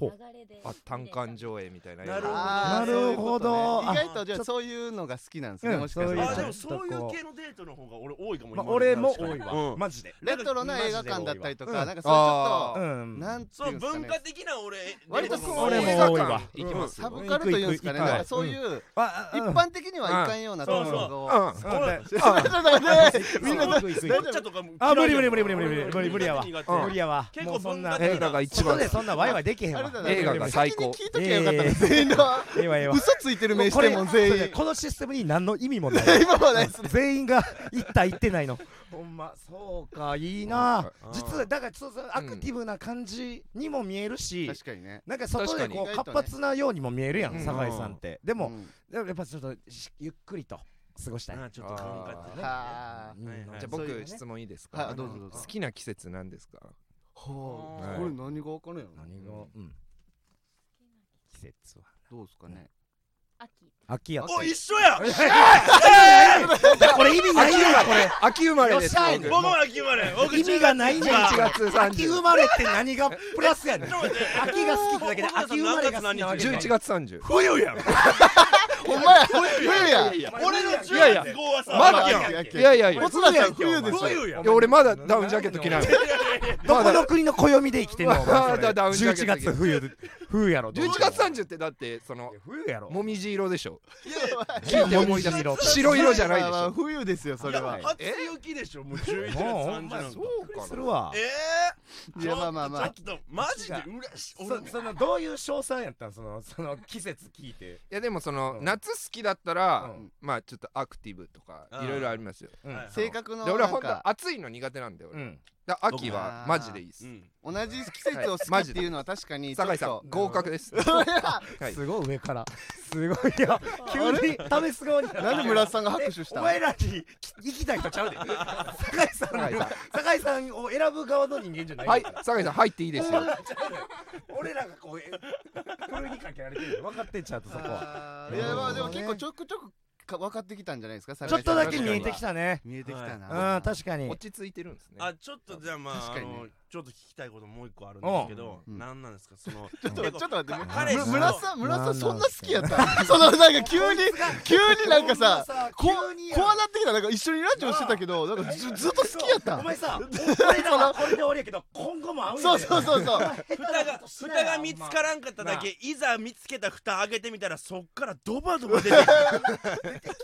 [SPEAKER 6] 流れで
[SPEAKER 2] あ単館上映みたいな
[SPEAKER 1] なるほど
[SPEAKER 5] あー
[SPEAKER 4] なるほど
[SPEAKER 5] そういうことね意外
[SPEAKER 1] あ
[SPEAKER 5] とじゃ
[SPEAKER 4] ちょ
[SPEAKER 5] あ
[SPEAKER 4] っ
[SPEAKER 5] そういうのが好きなんですね、
[SPEAKER 4] うん
[SPEAKER 5] もしかし
[SPEAKER 4] そ
[SPEAKER 5] た
[SPEAKER 4] ういう
[SPEAKER 5] ら
[SPEAKER 1] あで
[SPEAKER 4] のちょ
[SPEAKER 1] もそ
[SPEAKER 4] っと
[SPEAKER 1] うい
[SPEAKER 4] こ
[SPEAKER 1] う
[SPEAKER 4] う
[SPEAKER 1] 系のデートの方が俺多いかも、
[SPEAKER 4] ま
[SPEAKER 1] 今
[SPEAKER 4] あ
[SPEAKER 1] まで
[SPEAKER 4] 俺も多い
[SPEAKER 1] うん
[SPEAKER 4] わマジで
[SPEAKER 5] レトロな映画館だったりとか、
[SPEAKER 4] うん
[SPEAKER 5] なんかそうれちょっ
[SPEAKER 4] ん
[SPEAKER 5] と、なんてい
[SPEAKER 1] そううん
[SPEAKER 5] ですか
[SPEAKER 1] 文
[SPEAKER 5] ね
[SPEAKER 1] 化的な俺
[SPEAKER 5] 割と
[SPEAKER 1] デート
[SPEAKER 5] そう
[SPEAKER 1] の
[SPEAKER 4] 俺
[SPEAKER 5] 俺
[SPEAKER 4] も
[SPEAKER 5] も
[SPEAKER 4] 多
[SPEAKER 5] 多
[SPEAKER 4] い
[SPEAKER 5] い
[SPEAKER 4] わ
[SPEAKER 5] わ
[SPEAKER 2] 行きます
[SPEAKER 5] サブカルというんですかね、
[SPEAKER 4] 行く行く行く
[SPEAKER 5] なんかそういう、
[SPEAKER 4] ああ
[SPEAKER 5] 一
[SPEAKER 4] うん
[SPEAKER 5] 般的にはいかんようなところを。
[SPEAKER 2] うん
[SPEAKER 4] うんだ
[SPEAKER 5] ちょっと待ってみんな
[SPEAKER 4] 行く行く
[SPEAKER 1] 紅
[SPEAKER 4] 行く
[SPEAKER 1] 茶とかも
[SPEAKER 4] あ無理無理無理無理無理無理無理やわ
[SPEAKER 2] うん
[SPEAKER 4] 無理やわ
[SPEAKER 1] 結構
[SPEAKER 4] もうそん
[SPEAKER 1] 文化
[SPEAKER 4] な
[SPEAKER 1] 的
[SPEAKER 2] 映画が一
[SPEAKER 4] 外
[SPEAKER 2] 番
[SPEAKER 4] でそんなワイワイできへん
[SPEAKER 5] あ
[SPEAKER 4] わ
[SPEAKER 5] れだな
[SPEAKER 2] 映画が最高
[SPEAKER 5] 先に聞いときゃよかったです全員の
[SPEAKER 4] ええわええわ
[SPEAKER 5] 嘘ついてる目し
[SPEAKER 4] こ
[SPEAKER 5] て
[SPEAKER 4] れ
[SPEAKER 5] も全員
[SPEAKER 4] このシステムに何の意味もない
[SPEAKER 5] 今はないです
[SPEAKER 4] 全員が行った行ってないのほんまそうかいいな実はだからそうそうアクティブな感じにも見えるし
[SPEAKER 5] 確かにね
[SPEAKER 4] なんか外でこう
[SPEAKER 5] 確かに
[SPEAKER 4] 活発なようにも見えるやん
[SPEAKER 2] うん
[SPEAKER 4] 酒井さんってでも
[SPEAKER 5] ん
[SPEAKER 4] やっぱちょっとしゆっくりと過ごしたい
[SPEAKER 1] あちょっと婚活ね
[SPEAKER 5] は
[SPEAKER 4] うん
[SPEAKER 1] はいはい
[SPEAKER 2] じゃあ
[SPEAKER 5] そういう
[SPEAKER 2] 僕
[SPEAKER 5] ね
[SPEAKER 2] 質問いいです
[SPEAKER 5] は
[SPEAKER 2] か
[SPEAKER 5] いどうぞどうぞ
[SPEAKER 2] 好きな季節なんですか
[SPEAKER 5] ほ
[SPEAKER 1] は
[SPEAKER 5] う
[SPEAKER 1] い
[SPEAKER 5] これ何が分かるやろな
[SPEAKER 4] 何がうん季節は
[SPEAKER 5] どうですかね
[SPEAKER 6] 秋って
[SPEAKER 4] 秋や
[SPEAKER 1] お一緒や
[SPEAKER 4] これ意味ないやんこれ
[SPEAKER 2] 秋生まれです
[SPEAKER 4] よっしゃい
[SPEAKER 2] 僕
[SPEAKER 1] 僕も秋生まれ僕
[SPEAKER 4] 意味がないねん
[SPEAKER 1] 10月
[SPEAKER 4] 違う
[SPEAKER 2] 1月
[SPEAKER 4] 秋生
[SPEAKER 2] 30
[SPEAKER 4] まれって何がプラスやねん
[SPEAKER 1] ちょっと待って
[SPEAKER 4] 秋が好きってだけで秋生まれが好きなわけじゃない
[SPEAKER 2] 11月30
[SPEAKER 1] 冬やん
[SPEAKER 5] お前や冬や
[SPEAKER 1] 俺の10
[SPEAKER 2] いやいや
[SPEAKER 1] 月号はさ
[SPEAKER 2] まだ
[SPEAKER 1] 秋やん
[SPEAKER 5] 秋や
[SPEAKER 2] いやいやいや
[SPEAKER 5] 松田さん冬でしょ
[SPEAKER 1] 冬やん
[SPEAKER 2] いや俺まだダウンジャケット着ないもん
[SPEAKER 4] どこの国の暦で生きてんの
[SPEAKER 2] まあ
[SPEAKER 4] お前それ
[SPEAKER 2] だダウンジャケッ
[SPEAKER 4] 11
[SPEAKER 2] ト
[SPEAKER 4] 月冬冬やろどう
[SPEAKER 2] 11月30ってだってその
[SPEAKER 4] 冬やろ
[SPEAKER 2] もみじ色でしょ
[SPEAKER 4] 聞いて
[SPEAKER 2] 思い出す白色じゃないでし
[SPEAKER 5] まあまあ
[SPEAKER 2] ょ
[SPEAKER 5] 冬ですよそれは
[SPEAKER 1] 初雪でしょもう11月
[SPEAKER 4] も
[SPEAKER 1] 30
[SPEAKER 4] うお前
[SPEAKER 1] なん
[SPEAKER 4] そ
[SPEAKER 1] か
[SPEAKER 4] うかするわ
[SPEAKER 1] ええ
[SPEAKER 5] いやまあまあまあ
[SPEAKER 1] ちょっとマジで嬉しい
[SPEAKER 4] そ
[SPEAKER 1] 俺
[SPEAKER 4] そのどういう賞賛やったんそのその季節聞いて
[SPEAKER 2] いやでもその
[SPEAKER 4] うん
[SPEAKER 2] 夏好きだったら
[SPEAKER 4] うん
[SPEAKER 2] まあちょっとアクティブとか
[SPEAKER 1] うん
[SPEAKER 2] いろいろありますよ
[SPEAKER 4] うん
[SPEAKER 1] はい
[SPEAKER 5] 性格の
[SPEAKER 2] で俺は
[SPEAKER 5] なん
[SPEAKER 2] 本当
[SPEAKER 5] か
[SPEAKER 2] 暑いの苦手なんだよ
[SPEAKER 4] う
[SPEAKER 2] 俺
[SPEAKER 4] ん
[SPEAKER 2] だから秋はママジでいいです、
[SPEAKER 1] うん
[SPEAKER 5] 同じ季節を好
[SPEAKER 2] マ
[SPEAKER 5] き
[SPEAKER 2] ジ
[SPEAKER 5] っ
[SPEAKER 2] で
[SPEAKER 5] ていうのは確かにちょっ
[SPEAKER 2] 酒井さ
[SPEAKER 5] と
[SPEAKER 2] ん合格です はい
[SPEAKER 4] すごい上からすごいよ 急に試す側に
[SPEAKER 5] なんで村田さんが拍手し
[SPEAKER 4] お
[SPEAKER 5] たの
[SPEAKER 4] 前らに生きた人ちゃうで酒井さん
[SPEAKER 2] 酒井さん
[SPEAKER 4] 酒井さんを選ぶ側の人間じゃない
[SPEAKER 2] はい酒井さん入っていいですよ
[SPEAKER 4] 俺らがこうえふるいにかけられてる分かってんちゃうとそこは
[SPEAKER 5] あーいやまあでも結構ちょくちょくか分かってきたんじゃないですか
[SPEAKER 4] ちょっとだけ見
[SPEAKER 5] 酒井さん
[SPEAKER 4] えてきたね
[SPEAKER 5] 見えてきたな、
[SPEAKER 4] うん確かに
[SPEAKER 2] 落ち着いてるんですね
[SPEAKER 1] あちょっとじゃあまあ、
[SPEAKER 5] 確かにね
[SPEAKER 1] あのちょっと聞きたいこともう一個あるんですけど、
[SPEAKER 5] うん
[SPEAKER 1] なんなんですかその
[SPEAKER 5] ちょっと
[SPEAKER 1] 結構
[SPEAKER 5] ちょっと待って
[SPEAKER 1] 彼氏
[SPEAKER 5] む
[SPEAKER 1] と
[SPEAKER 5] 村さん村さんそんな好きやっ
[SPEAKER 4] なん
[SPEAKER 5] たそのなんか急に急になんかさこ
[SPEAKER 4] こんな
[SPEAKER 5] う
[SPEAKER 4] 急にや
[SPEAKER 5] こうなってきたなんか一緒にラジオしてたけどなんかずずっと好きやった
[SPEAKER 4] お前さ俺らはこれで終わりやけど今後も会うんや
[SPEAKER 5] そうそうそうそう
[SPEAKER 1] 蓋が蓋が見つからんかっただけいざ見つけた蓋開けてみたらそっからドバドバ出てき て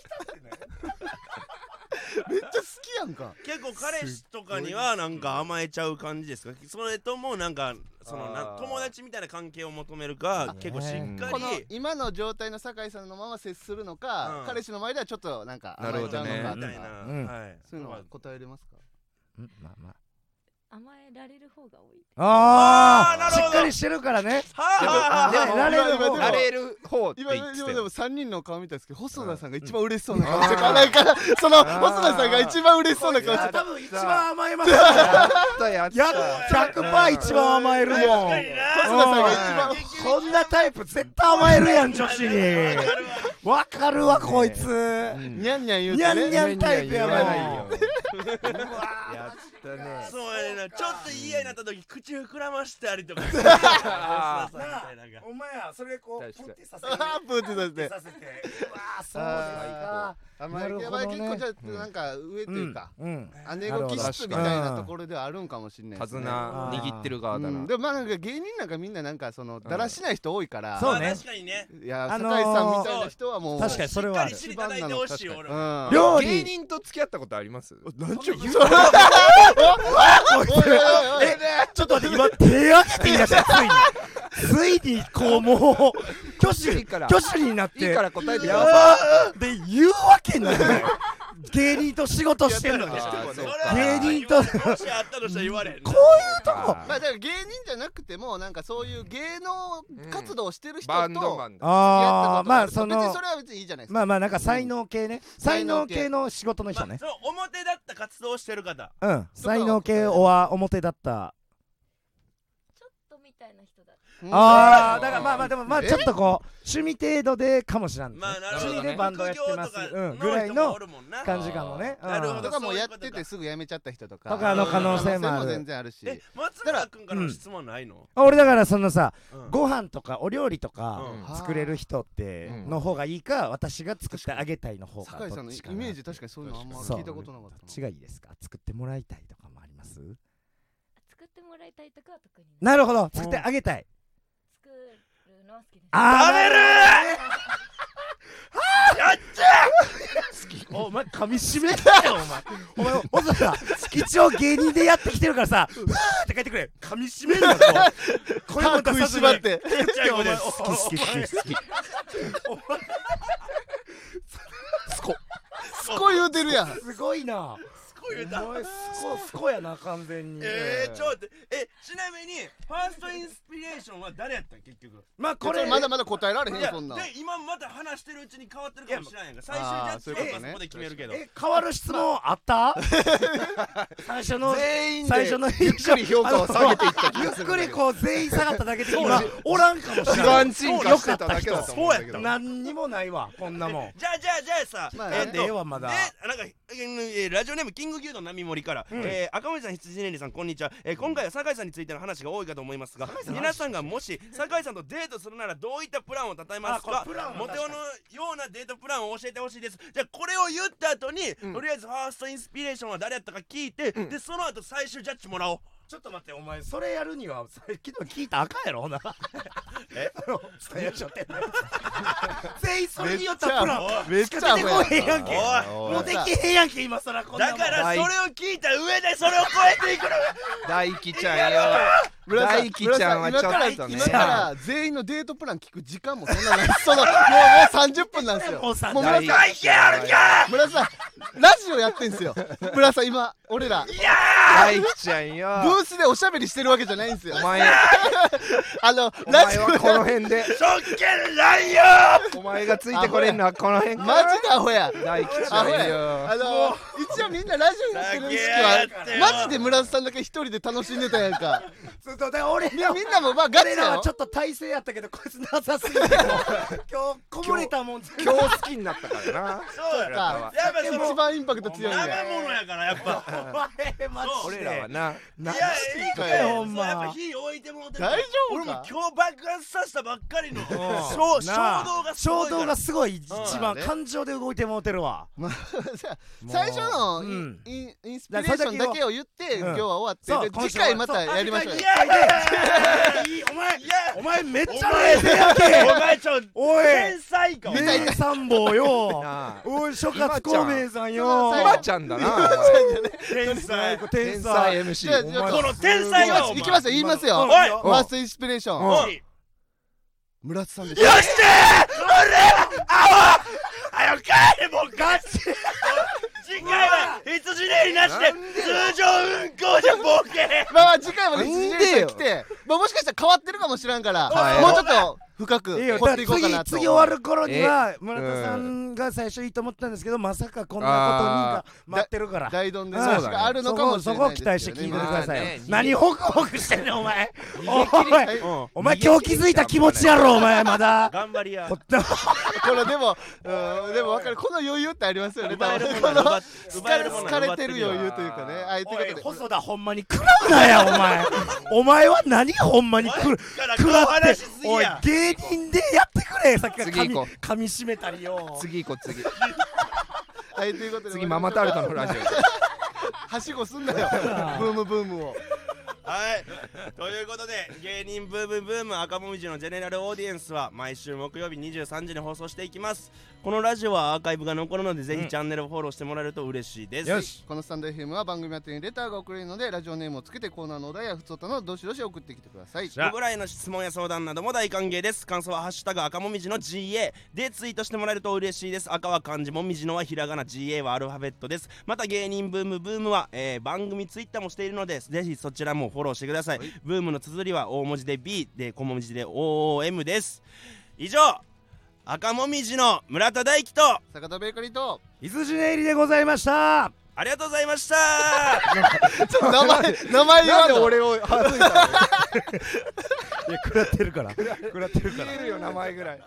[SPEAKER 5] めっちゃ好きやんか
[SPEAKER 1] 結構彼氏とかにはなんか甘えちゃう感じですかそれともなんかそのな
[SPEAKER 2] あー
[SPEAKER 1] 友達みたいな関係を求めるか結構しっか
[SPEAKER 5] この
[SPEAKER 1] り
[SPEAKER 5] 今の状態の酒井さんのまま接するのか、
[SPEAKER 1] うん
[SPEAKER 5] 彼氏の前ではちょっとなんか
[SPEAKER 2] なるほ
[SPEAKER 5] ちゃ
[SPEAKER 2] ど
[SPEAKER 5] う
[SPEAKER 2] ね
[SPEAKER 5] のか
[SPEAKER 1] みたいな、
[SPEAKER 4] うん
[SPEAKER 1] はい
[SPEAKER 5] そういうのは
[SPEAKER 1] ま
[SPEAKER 5] 答えれますか
[SPEAKER 4] うんまあまあ
[SPEAKER 6] 甘えられる方が多い
[SPEAKER 1] あーな
[SPEAKER 4] あ
[SPEAKER 1] る
[SPEAKER 4] ー
[SPEAKER 1] ほど
[SPEAKER 4] しっかりしてるからね
[SPEAKER 1] あはあ
[SPEAKER 4] で
[SPEAKER 1] はあ
[SPEAKER 4] もられる方
[SPEAKER 5] 今
[SPEAKER 2] なれる方って
[SPEAKER 5] 今
[SPEAKER 2] 言っ
[SPEAKER 5] 今
[SPEAKER 2] てた
[SPEAKER 5] でも
[SPEAKER 2] よ
[SPEAKER 5] 3人の顔見たんですけど細田さんが一番嬉しそうな顔してたなんかその
[SPEAKER 2] ん
[SPEAKER 5] 細田さんが一番嬉しそうな顔してた
[SPEAKER 4] 多分一番甘えますから
[SPEAKER 2] やっ
[SPEAKER 4] や
[SPEAKER 2] た
[SPEAKER 4] 100パー一番甘えるもん
[SPEAKER 5] 細田さんが一番
[SPEAKER 4] こんなタイプ絶対甘えるやん 女子にわかるわこいつ
[SPEAKER 5] ニャンニャン言う
[SPEAKER 4] ニャン
[SPEAKER 5] て
[SPEAKER 4] ニ
[SPEAKER 5] ね
[SPEAKER 4] ャンタイプや
[SPEAKER 2] 言わない
[SPEAKER 4] も
[SPEAKER 2] よ
[SPEAKER 4] ん
[SPEAKER 2] やったね
[SPEAKER 1] そうやねんなちょっと嫌になった時口膨らましたりと かそうそうそうみたいなのが
[SPEAKER 4] お前やそれこ
[SPEAKER 2] 確かに
[SPEAKER 4] てさせ
[SPEAKER 5] あープーってさ
[SPEAKER 4] さ
[SPEAKER 5] せて
[SPEAKER 4] せてうわーそうですか
[SPEAKER 5] 甘
[SPEAKER 4] な
[SPEAKER 5] え
[SPEAKER 4] るほ
[SPEAKER 5] や
[SPEAKER 4] ど
[SPEAKER 5] ば
[SPEAKER 4] ね
[SPEAKER 5] い結構じゃあなんか上というか
[SPEAKER 4] うん
[SPEAKER 5] 姉御気質みたいなところではあるんかもしれない
[SPEAKER 2] 手
[SPEAKER 5] ですね
[SPEAKER 2] 綱握ってる側だ
[SPEAKER 5] う
[SPEAKER 2] なん
[SPEAKER 5] でもまあなんか芸人なんかみんななんかそのだらしない人多いから
[SPEAKER 4] そうね
[SPEAKER 1] まあ確かにね
[SPEAKER 5] いや
[SPEAKER 4] あ
[SPEAKER 5] 酒
[SPEAKER 4] の
[SPEAKER 5] 井
[SPEAKER 4] ー
[SPEAKER 5] さんみたいな人はもう
[SPEAKER 4] 確かにそれはある
[SPEAKER 1] しっかり知りいてほしい俺は
[SPEAKER 5] うん
[SPEAKER 4] 料
[SPEAKER 2] 芸
[SPEAKER 4] 理
[SPEAKER 2] 人と付き合ったことあります
[SPEAKER 5] 何ちゅう
[SPEAKER 2] 言う
[SPEAKER 5] おいおいおいおい
[SPEAKER 4] えちょっと待って今手上げて言い出したついについにこうもう挙手
[SPEAKER 2] いいから
[SPEAKER 4] 挙手になって
[SPEAKER 2] いいから答えて
[SPEAKER 4] やばで言うわけない芸人と仕事してんのに
[SPEAKER 2] いや
[SPEAKER 4] こ
[SPEAKER 2] あーそう
[SPEAKER 1] それは
[SPEAKER 4] 芸人と
[SPEAKER 1] もしあったとしたら言われへんな
[SPEAKER 4] ういうとこ
[SPEAKER 2] か
[SPEAKER 5] まあだから芸人じゃなくてもなんかそういう芸能活動をしてる人と
[SPEAKER 2] バンドマンだ
[SPEAKER 4] ああま
[SPEAKER 5] ま
[SPEAKER 4] あ
[SPEAKER 5] あ
[SPEAKER 4] そ
[SPEAKER 5] その別に
[SPEAKER 4] の
[SPEAKER 5] それは別にいいじゃないですか
[SPEAKER 4] まあまあなんか才能系ね才能系
[SPEAKER 5] 才
[SPEAKER 4] の仕事の人
[SPEAKER 1] まあ
[SPEAKER 4] ね
[SPEAKER 1] その表だった活動をしてる方
[SPEAKER 4] うん才能系は表だった
[SPEAKER 6] ちょっとみたいな人だった
[SPEAKER 5] うん
[SPEAKER 4] ああ
[SPEAKER 2] ー
[SPEAKER 4] だからまあまあでもまあちょっとこう趣味程度でかもしらんね
[SPEAKER 1] まあなるほ
[SPEAKER 4] 趣
[SPEAKER 1] ど
[SPEAKER 4] 味で
[SPEAKER 1] ね
[SPEAKER 4] バンドやってます
[SPEAKER 1] 副業とか
[SPEAKER 4] うんぐらい
[SPEAKER 1] 人も
[SPEAKER 4] の
[SPEAKER 1] おるもんな
[SPEAKER 4] 感じかもね
[SPEAKER 1] なるほ
[SPEAKER 4] うん
[SPEAKER 5] と
[SPEAKER 1] ど
[SPEAKER 5] かもうやっててすぐ辞めちゃった人とか
[SPEAKER 4] とかの可能性もある
[SPEAKER 5] 可能全然あるし
[SPEAKER 1] え松村君からの質問ないの
[SPEAKER 4] 俺だからそのさ
[SPEAKER 1] うん
[SPEAKER 4] ご飯とかお料理とか
[SPEAKER 1] うん
[SPEAKER 4] 作れる人って
[SPEAKER 2] うん
[SPEAKER 4] の方がいいか私が作ってあげたいの方が
[SPEAKER 5] 酒井さん
[SPEAKER 4] ど
[SPEAKER 5] の
[SPEAKER 4] っ
[SPEAKER 5] イ
[SPEAKER 4] ちかな
[SPEAKER 5] メージ確かにそういうのあんま聞いたことなかった
[SPEAKER 4] どっ
[SPEAKER 5] な
[SPEAKER 4] ちがいいですか作ってもらいたいとかもあります
[SPEAKER 6] 作ってもらいたいとかは特にない
[SPEAKER 4] なるほど作ってあげたい
[SPEAKER 6] 作るのは好きです
[SPEAKER 4] あ
[SPEAKER 1] 食べる
[SPEAKER 4] お前噛み締めたよ お前お前細田さん一応芸人でやってきてるからさ「ふー」って書いてくれ噛み締める よこう声も出
[SPEAKER 5] 食い
[SPEAKER 4] さず
[SPEAKER 5] し
[SPEAKER 4] に
[SPEAKER 5] ばって
[SPEAKER 1] ちゃい子です
[SPEAKER 4] 好き好き好き好き
[SPEAKER 5] すこ言うてるやん
[SPEAKER 4] すごいな
[SPEAKER 1] こう言うた
[SPEAKER 4] お前すごすごやな完全に
[SPEAKER 1] えー、ちょっと待ってえちなみにファーストインスピレーションは誰やったん結局
[SPEAKER 4] まあこ
[SPEAKER 5] こ
[SPEAKER 4] れ
[SPEAKER 5] れまだまだ答えられへん
[SPEAKER 1] い
[SPEAKER 5] よ
[SPEAKER 1] や
[SPEAKER 5] そんなん
[SPEAKER 1] で今また話してるうちに変わってるかもしれないやんか最終ジャッジはまあそこで決めるけど
[SPEAKER 4] え変わる質問あった 最初の
[SPEAKER 5] 全員で
[SPEAKER 4] 最初の
[SPEAKER 5] ゆっくり評価を下げていった気
[SPEAKER 4] ゆっ
[SPEAKER 5] がするん
[SPEAKER 4] く
[SPEAKER 5] だけ
[SPEAKER 4] り
[SPEAKER 5] ど
[SPEAKER 4] こう全員下がっただけで今おらんかもしれ
[SPEAKER 2] 一
[SPEAKER 4] ない
[SPEAKER 2] 番進化してただけだと思うんだけど
[SPEAKER 4] 何にもないわこんなもん
[SPEAKER 1] じゃあじゃあじゃあさ、
[SPEAKER 5] まあ
[SPEAKER 1] え
[SPEAKER 4] え
[SPEAKER 1] っ
[SPEAKER 4] え
[SPEAKER 1] と
[SPEAKER 4] わまだ
[SPEAKER 1] でなんか、えーえーラジオネームキング牛丼並盛から、えー赤森さん羊ねりさんこんにちは、えー今回は酒井さんについての話が多いかと思いますが皆さんがもし酒井さんとデートするならどういったプランをたたえます
[SPEAKER 4] あ
[SPEAKER 1] か
[SPEAKER 4] これプランは
[SPEAKER 1] モテ男のようなデートプランを教えてほしいですじゃあこれを言った後に、
[SPEAKER 2] ん
[SPEAKER 1] とりあえずファーストインスピレーションは誰やったか聞いて、でその後最終ジャッジもらおう
[SPEAKER 4] ちょっと待ってお前それやるにはさっきの聞いたらあかんやろほな えあの伝えやしょってんの全員それによったプラン
[SPEAKER 5] めっ
[SPEAKER 4] しか
[SPEAKER 5] ち
[SPEAKER 4] 出
[SPEAKER 5] ゃ
[SPEAKER 4] てこへんやんけ
[SPEAKER 5] おい
[SPEAKER 4] もうできへんやんけ今さらこんな
[SPEAKER 1] だ
[SPEAKER 4] もん
[SPEAKER 1] からそれを聞いた上でそれを超えていくのが
[SPEAKER 2] 大輝ちゃんよ大輝ちゃんはちょっとね
[SPEAKER 5] 今から全員のデートプラン聞く時間もそんなないそのもうもう30分なんですよ
[SPEAKER 4] もうさ
[SPEAKER 5] もう
[SPEAKER 4] だ
[SPEAKER 5] 村
[SPEAKER 4] い
[SPEAKER 5] さん
[SPEAKER 1] いけやるか
[SPEAKER 5] 村さラジオやってんすよブラさん今俺ら
[SPEAKER 2] 大輝ちゃん
[SPEAKER 5] ブ
[SPEAKER 2] よ
[SPEAKER 5] ースでおしゃべりしてるわけじゃないんですよ
[SPEAKER 2] お前
[SPEAKER 5] あの
[SPEAKER 2] お
[SPEAKER 5] ラ
[SPEAKER 2] 前
[SPEAKER 5] ジオ
[SPEAKER 2] はこの辺で
[SPEAKER 4] 職権乱用
[SPEAKER 2] お前がついてこれんのはこの辺か
[SPEAKER 5] マジでアホや
[SPEAKER 2] 大輝ちゃんよ
[SPEAKER 5] あの一応みんなラジオやってる意
[SPEAKER 4] 投
[SPEAKER 5] 識
[SPEAKER 4] げやがっ
[SPEAKER 5] は
[SPEAKER 4] てよ
[SPEAKER 5] マジで村田さんだけ一人で楽しんでたやんか
[SPEAKER 4] そうそうだから俺
[SPEAKER 5] いや
[SPEAKER 4] ら
[SPEAKER 5] みんなもまあガチ
[SPEAKER 4] 俺
[SPEAKER 5] だ
[SPEAKER 4] らは
[SPEAKER 5] よ
[SPEAKER 4] ちょっと体勢やったけどこいつなさすぎてもう今日こぼれたもん
[SPEAKER 2] 今日好きになったからな
[SPEAKER 1] そうや
[SPEAKER 5] や
[SPEAKER 2] や
[SPEAKER 4] やっぱその
[SPEAKER 5] 一番インパクト強いんだよ
[SPEAKER 1] 生物やからやっぱ
[SPEAKER 4] お前マジで
[SPEAKER 2] 俺らはなない
[SPEAKER 1] やいいかよ
[SPEAKER 4] ほんま
[SPEAKER 1] やっぱ火置いてもらってる
[SPEAKER 5] 大丈
[SPEAKER 1] 俺
[SPEAKER 5] 夫
[SPEAKER 1] も
[SPEAKER 5] か
[SPEAKER 1] 今日爆発させたばっかりの
[SPEAKER 4] そ
[SPEAKER 1] 衝
[SPEAKER 4] う
[SPEAKER 1] 衝
[SPEAKER 4] なあ
[SPEAKER 1] 動がすごいか
[SPEAKER 4] 衝
[SPEAKER 1] ら
[SPEAKER 4] 動がすごい一
[SPEAKER 5] まあ
[SPEAKER 4] 番
[SPEAKER 5] ね
[SPEAKER 4] 感情で動いてもうてるわ もう
[SPEAKER 5] 最初のイ,、
[SPEAKER 4] うん
[SPEAKER 5] インインスピレーションだけを言って、
[SPEAKER 4] うん
[SPEAKER 5] 今日は終
[SPEAKER 4] そ
[SPEAKER 5] わ
[SPEAKER 4] う
[SPEAKER 5] ってで
[SPEAKER 4] 今週
[SPEAKER 5] 次
[SPEAKER 4] は
[SPEAKER 5] 回またやりましょうよ
[SPEAKER 4] いやいやいいお前お前めっちゃ冷静や
[SPEAKER 1] お
[SPEAKER 4] け
[SPEAKER 1] 前ちょ
[SPEAKER 4] おい
[SPEAKER 1] 天才かお前
[SPEAKER 4] 名参謀よ
[SPEAKER 2] なあ
[SPEAKER 4] おい諸葛孔明さんよ
[SPEAKER 2] 今ちゃんだなお前
[SPEAKER 4] 天才天
[SPEAKER 2] 天才
[SPEAKER 4] 才
[SPEAKER 2] MC
[SPEAKER 5] じゃあ
[SPEAKER 2] お前
[SPEAKER 1] この天才はお
[SPEAKER 5] 行きますよ言いますよ
[SPEAKER 1] おい
[SPEAKER 5] ファーストインスピレーション
[SPEAKER 1] おい
[SPEAKER 5] 村田さんで
[SPEAKER 1] よっしゃー俺あお早く帰れもうガチ次回は羊ねりなしで通常運行じゃボケ
[SPEAKER 5] まあまあ次回もね
[SPEAKER 2] なんでよ
[SPEAKER 5] 辻井さん来て、まあ、もしかしたら変わってるかもしらんから、
[SPEAKER 2] はい
[SPEAKER 5] もうちょっと深
[SPEAKER 4] いい
[SPEAKER 5] く
[SPEAKER 4] よ
[SPEAKER 5] 掘
[SPEAKER 4] だか
[SPEAKER 5] ってい
[SPEAKER 4] ら
[SPEAKER 5] こうか
[SPEAKER 4] 次
[SPEAKER 5] なと
[SPEAKER 4] 次終わる頃には村田さんが最初いいと思ったんですけどまさかこんなことにが待ってるから
[SPEAKER 5] 大どんで
[SPEAKER 4] うん
[SPEAKER 5] 話があるのかもし
[SPEAKER 4] そ
[SPEAKER 5] れ
[SPEAKER 4] こ
[SPEAKER 5] な
[SPEAKER 4] を
[SPEAKER 5] いです
[SPEAKER 4] 期
[SPEAKER 5] け
[SPEAKER 4] 待して聞
[SPEAKER 5] どね
[SPEAKER 4] いてください
[SPEAKER 2] まあ
[SPEAKER 4] よ
[SPEAKER 2] ね
[SPEAKER 4] 何ホクホクしてんねんお前おい
[SPEAKER 2] うん
[SPEAKER 4] お前今日気づいた気持ちやろお前ま だ
[SPEAKER 1] 頑張りや
[SPEAKER 4] ほっと
[SPEAKER 5] このでも、うん、でも分かるこの余裕ってありますよね
[SPEAKER 1] 奪え
[SPEAKER 5] 多
[SPEAKER 1] るも
[SPEAKER 5] 分
[SPEAKER 1] の
[SPEAKER 5] こ
[SPEAKER 1] は奪
[SPEAKER 5] の
[SPEAKER 1] っ奪えるものは
[SPEAKER 5] 疲
[SPEAKER 1] 奪
[SPEAKER 5] れ
[SPEAKER 1] ってて
[SPEAKER 5] る
[SPEAKER 1] みろ
[SPEAKER 5] 余裕というかねはいと
[SPEAKER 4] お
[SPEAKER 5] い
[SPEAKER 4] い
[SPEAKER 5] うことで
[SPEAKER 4] 細田ほんまに食らうなやお前お前は何ほんまに 食る
[SPEAKER 1] から
[SPEAKER 4] 食
[SPEAKER 1] こう
[SPEAKER 4] らって
[SPEAKER 1] 話しすぎ
[SPEAKER 4] おい
[SPEAKER 1] や
[SPEAKER 4] 芸人でやってくれさっきから
[SPEAKER 2] 次行こう
[SPEAKER 4] 噛み締めたりよ
[SPEAKER 2] 次行こう次
[SPEAKER 5] はいということで
[SPEAKER 2] 次ママタルトのラジオ
[SPEAKER 5] はしごすんなよブームブームを
[SPEAKER 1] はいということで芸人ブームブーム赤もみじのジェネラルオーディエンスは毎週木曜日23時に放送していきますこのラジオはアーカイブが残るのでぜひチャンネルをフォローしてもらえると嬉しいです
[SPEAKER 2] よし
[SPEAKER 5] このスタンド FM は番組宛てにレターが送れるのでラジオネームをつけてコーナーのお題やふつおたのどしどし送ってきてください
[SPEAKER 1] 僕らへの質問や相談なども大歓迎です感想は「ハッシュタグ赤もみじの GA」でツイートしてもらえると嬉しいです赤は漢字もみじのはひらがな GA はアルファベットですまた芸人ブームブームは、えー番組ツイッターもしているのでぜひそちらもフォローしてくださいブームの綴りは大文字で B で小文字で OOM です以上赤もみじの村田大樹と
[SPEAKER 5] 坂田ベーカリーと
[SPEAKER 4] 羊ね入りでございました
[SPEAKER 1] ありがとうございました
[SPEAKER 5] 名前名前言わんの
[SPEAKER 2] を外いた
[SPEAKER 4] いや食らってるから
[SPEAKER 2] の言えるよ名前ぐらい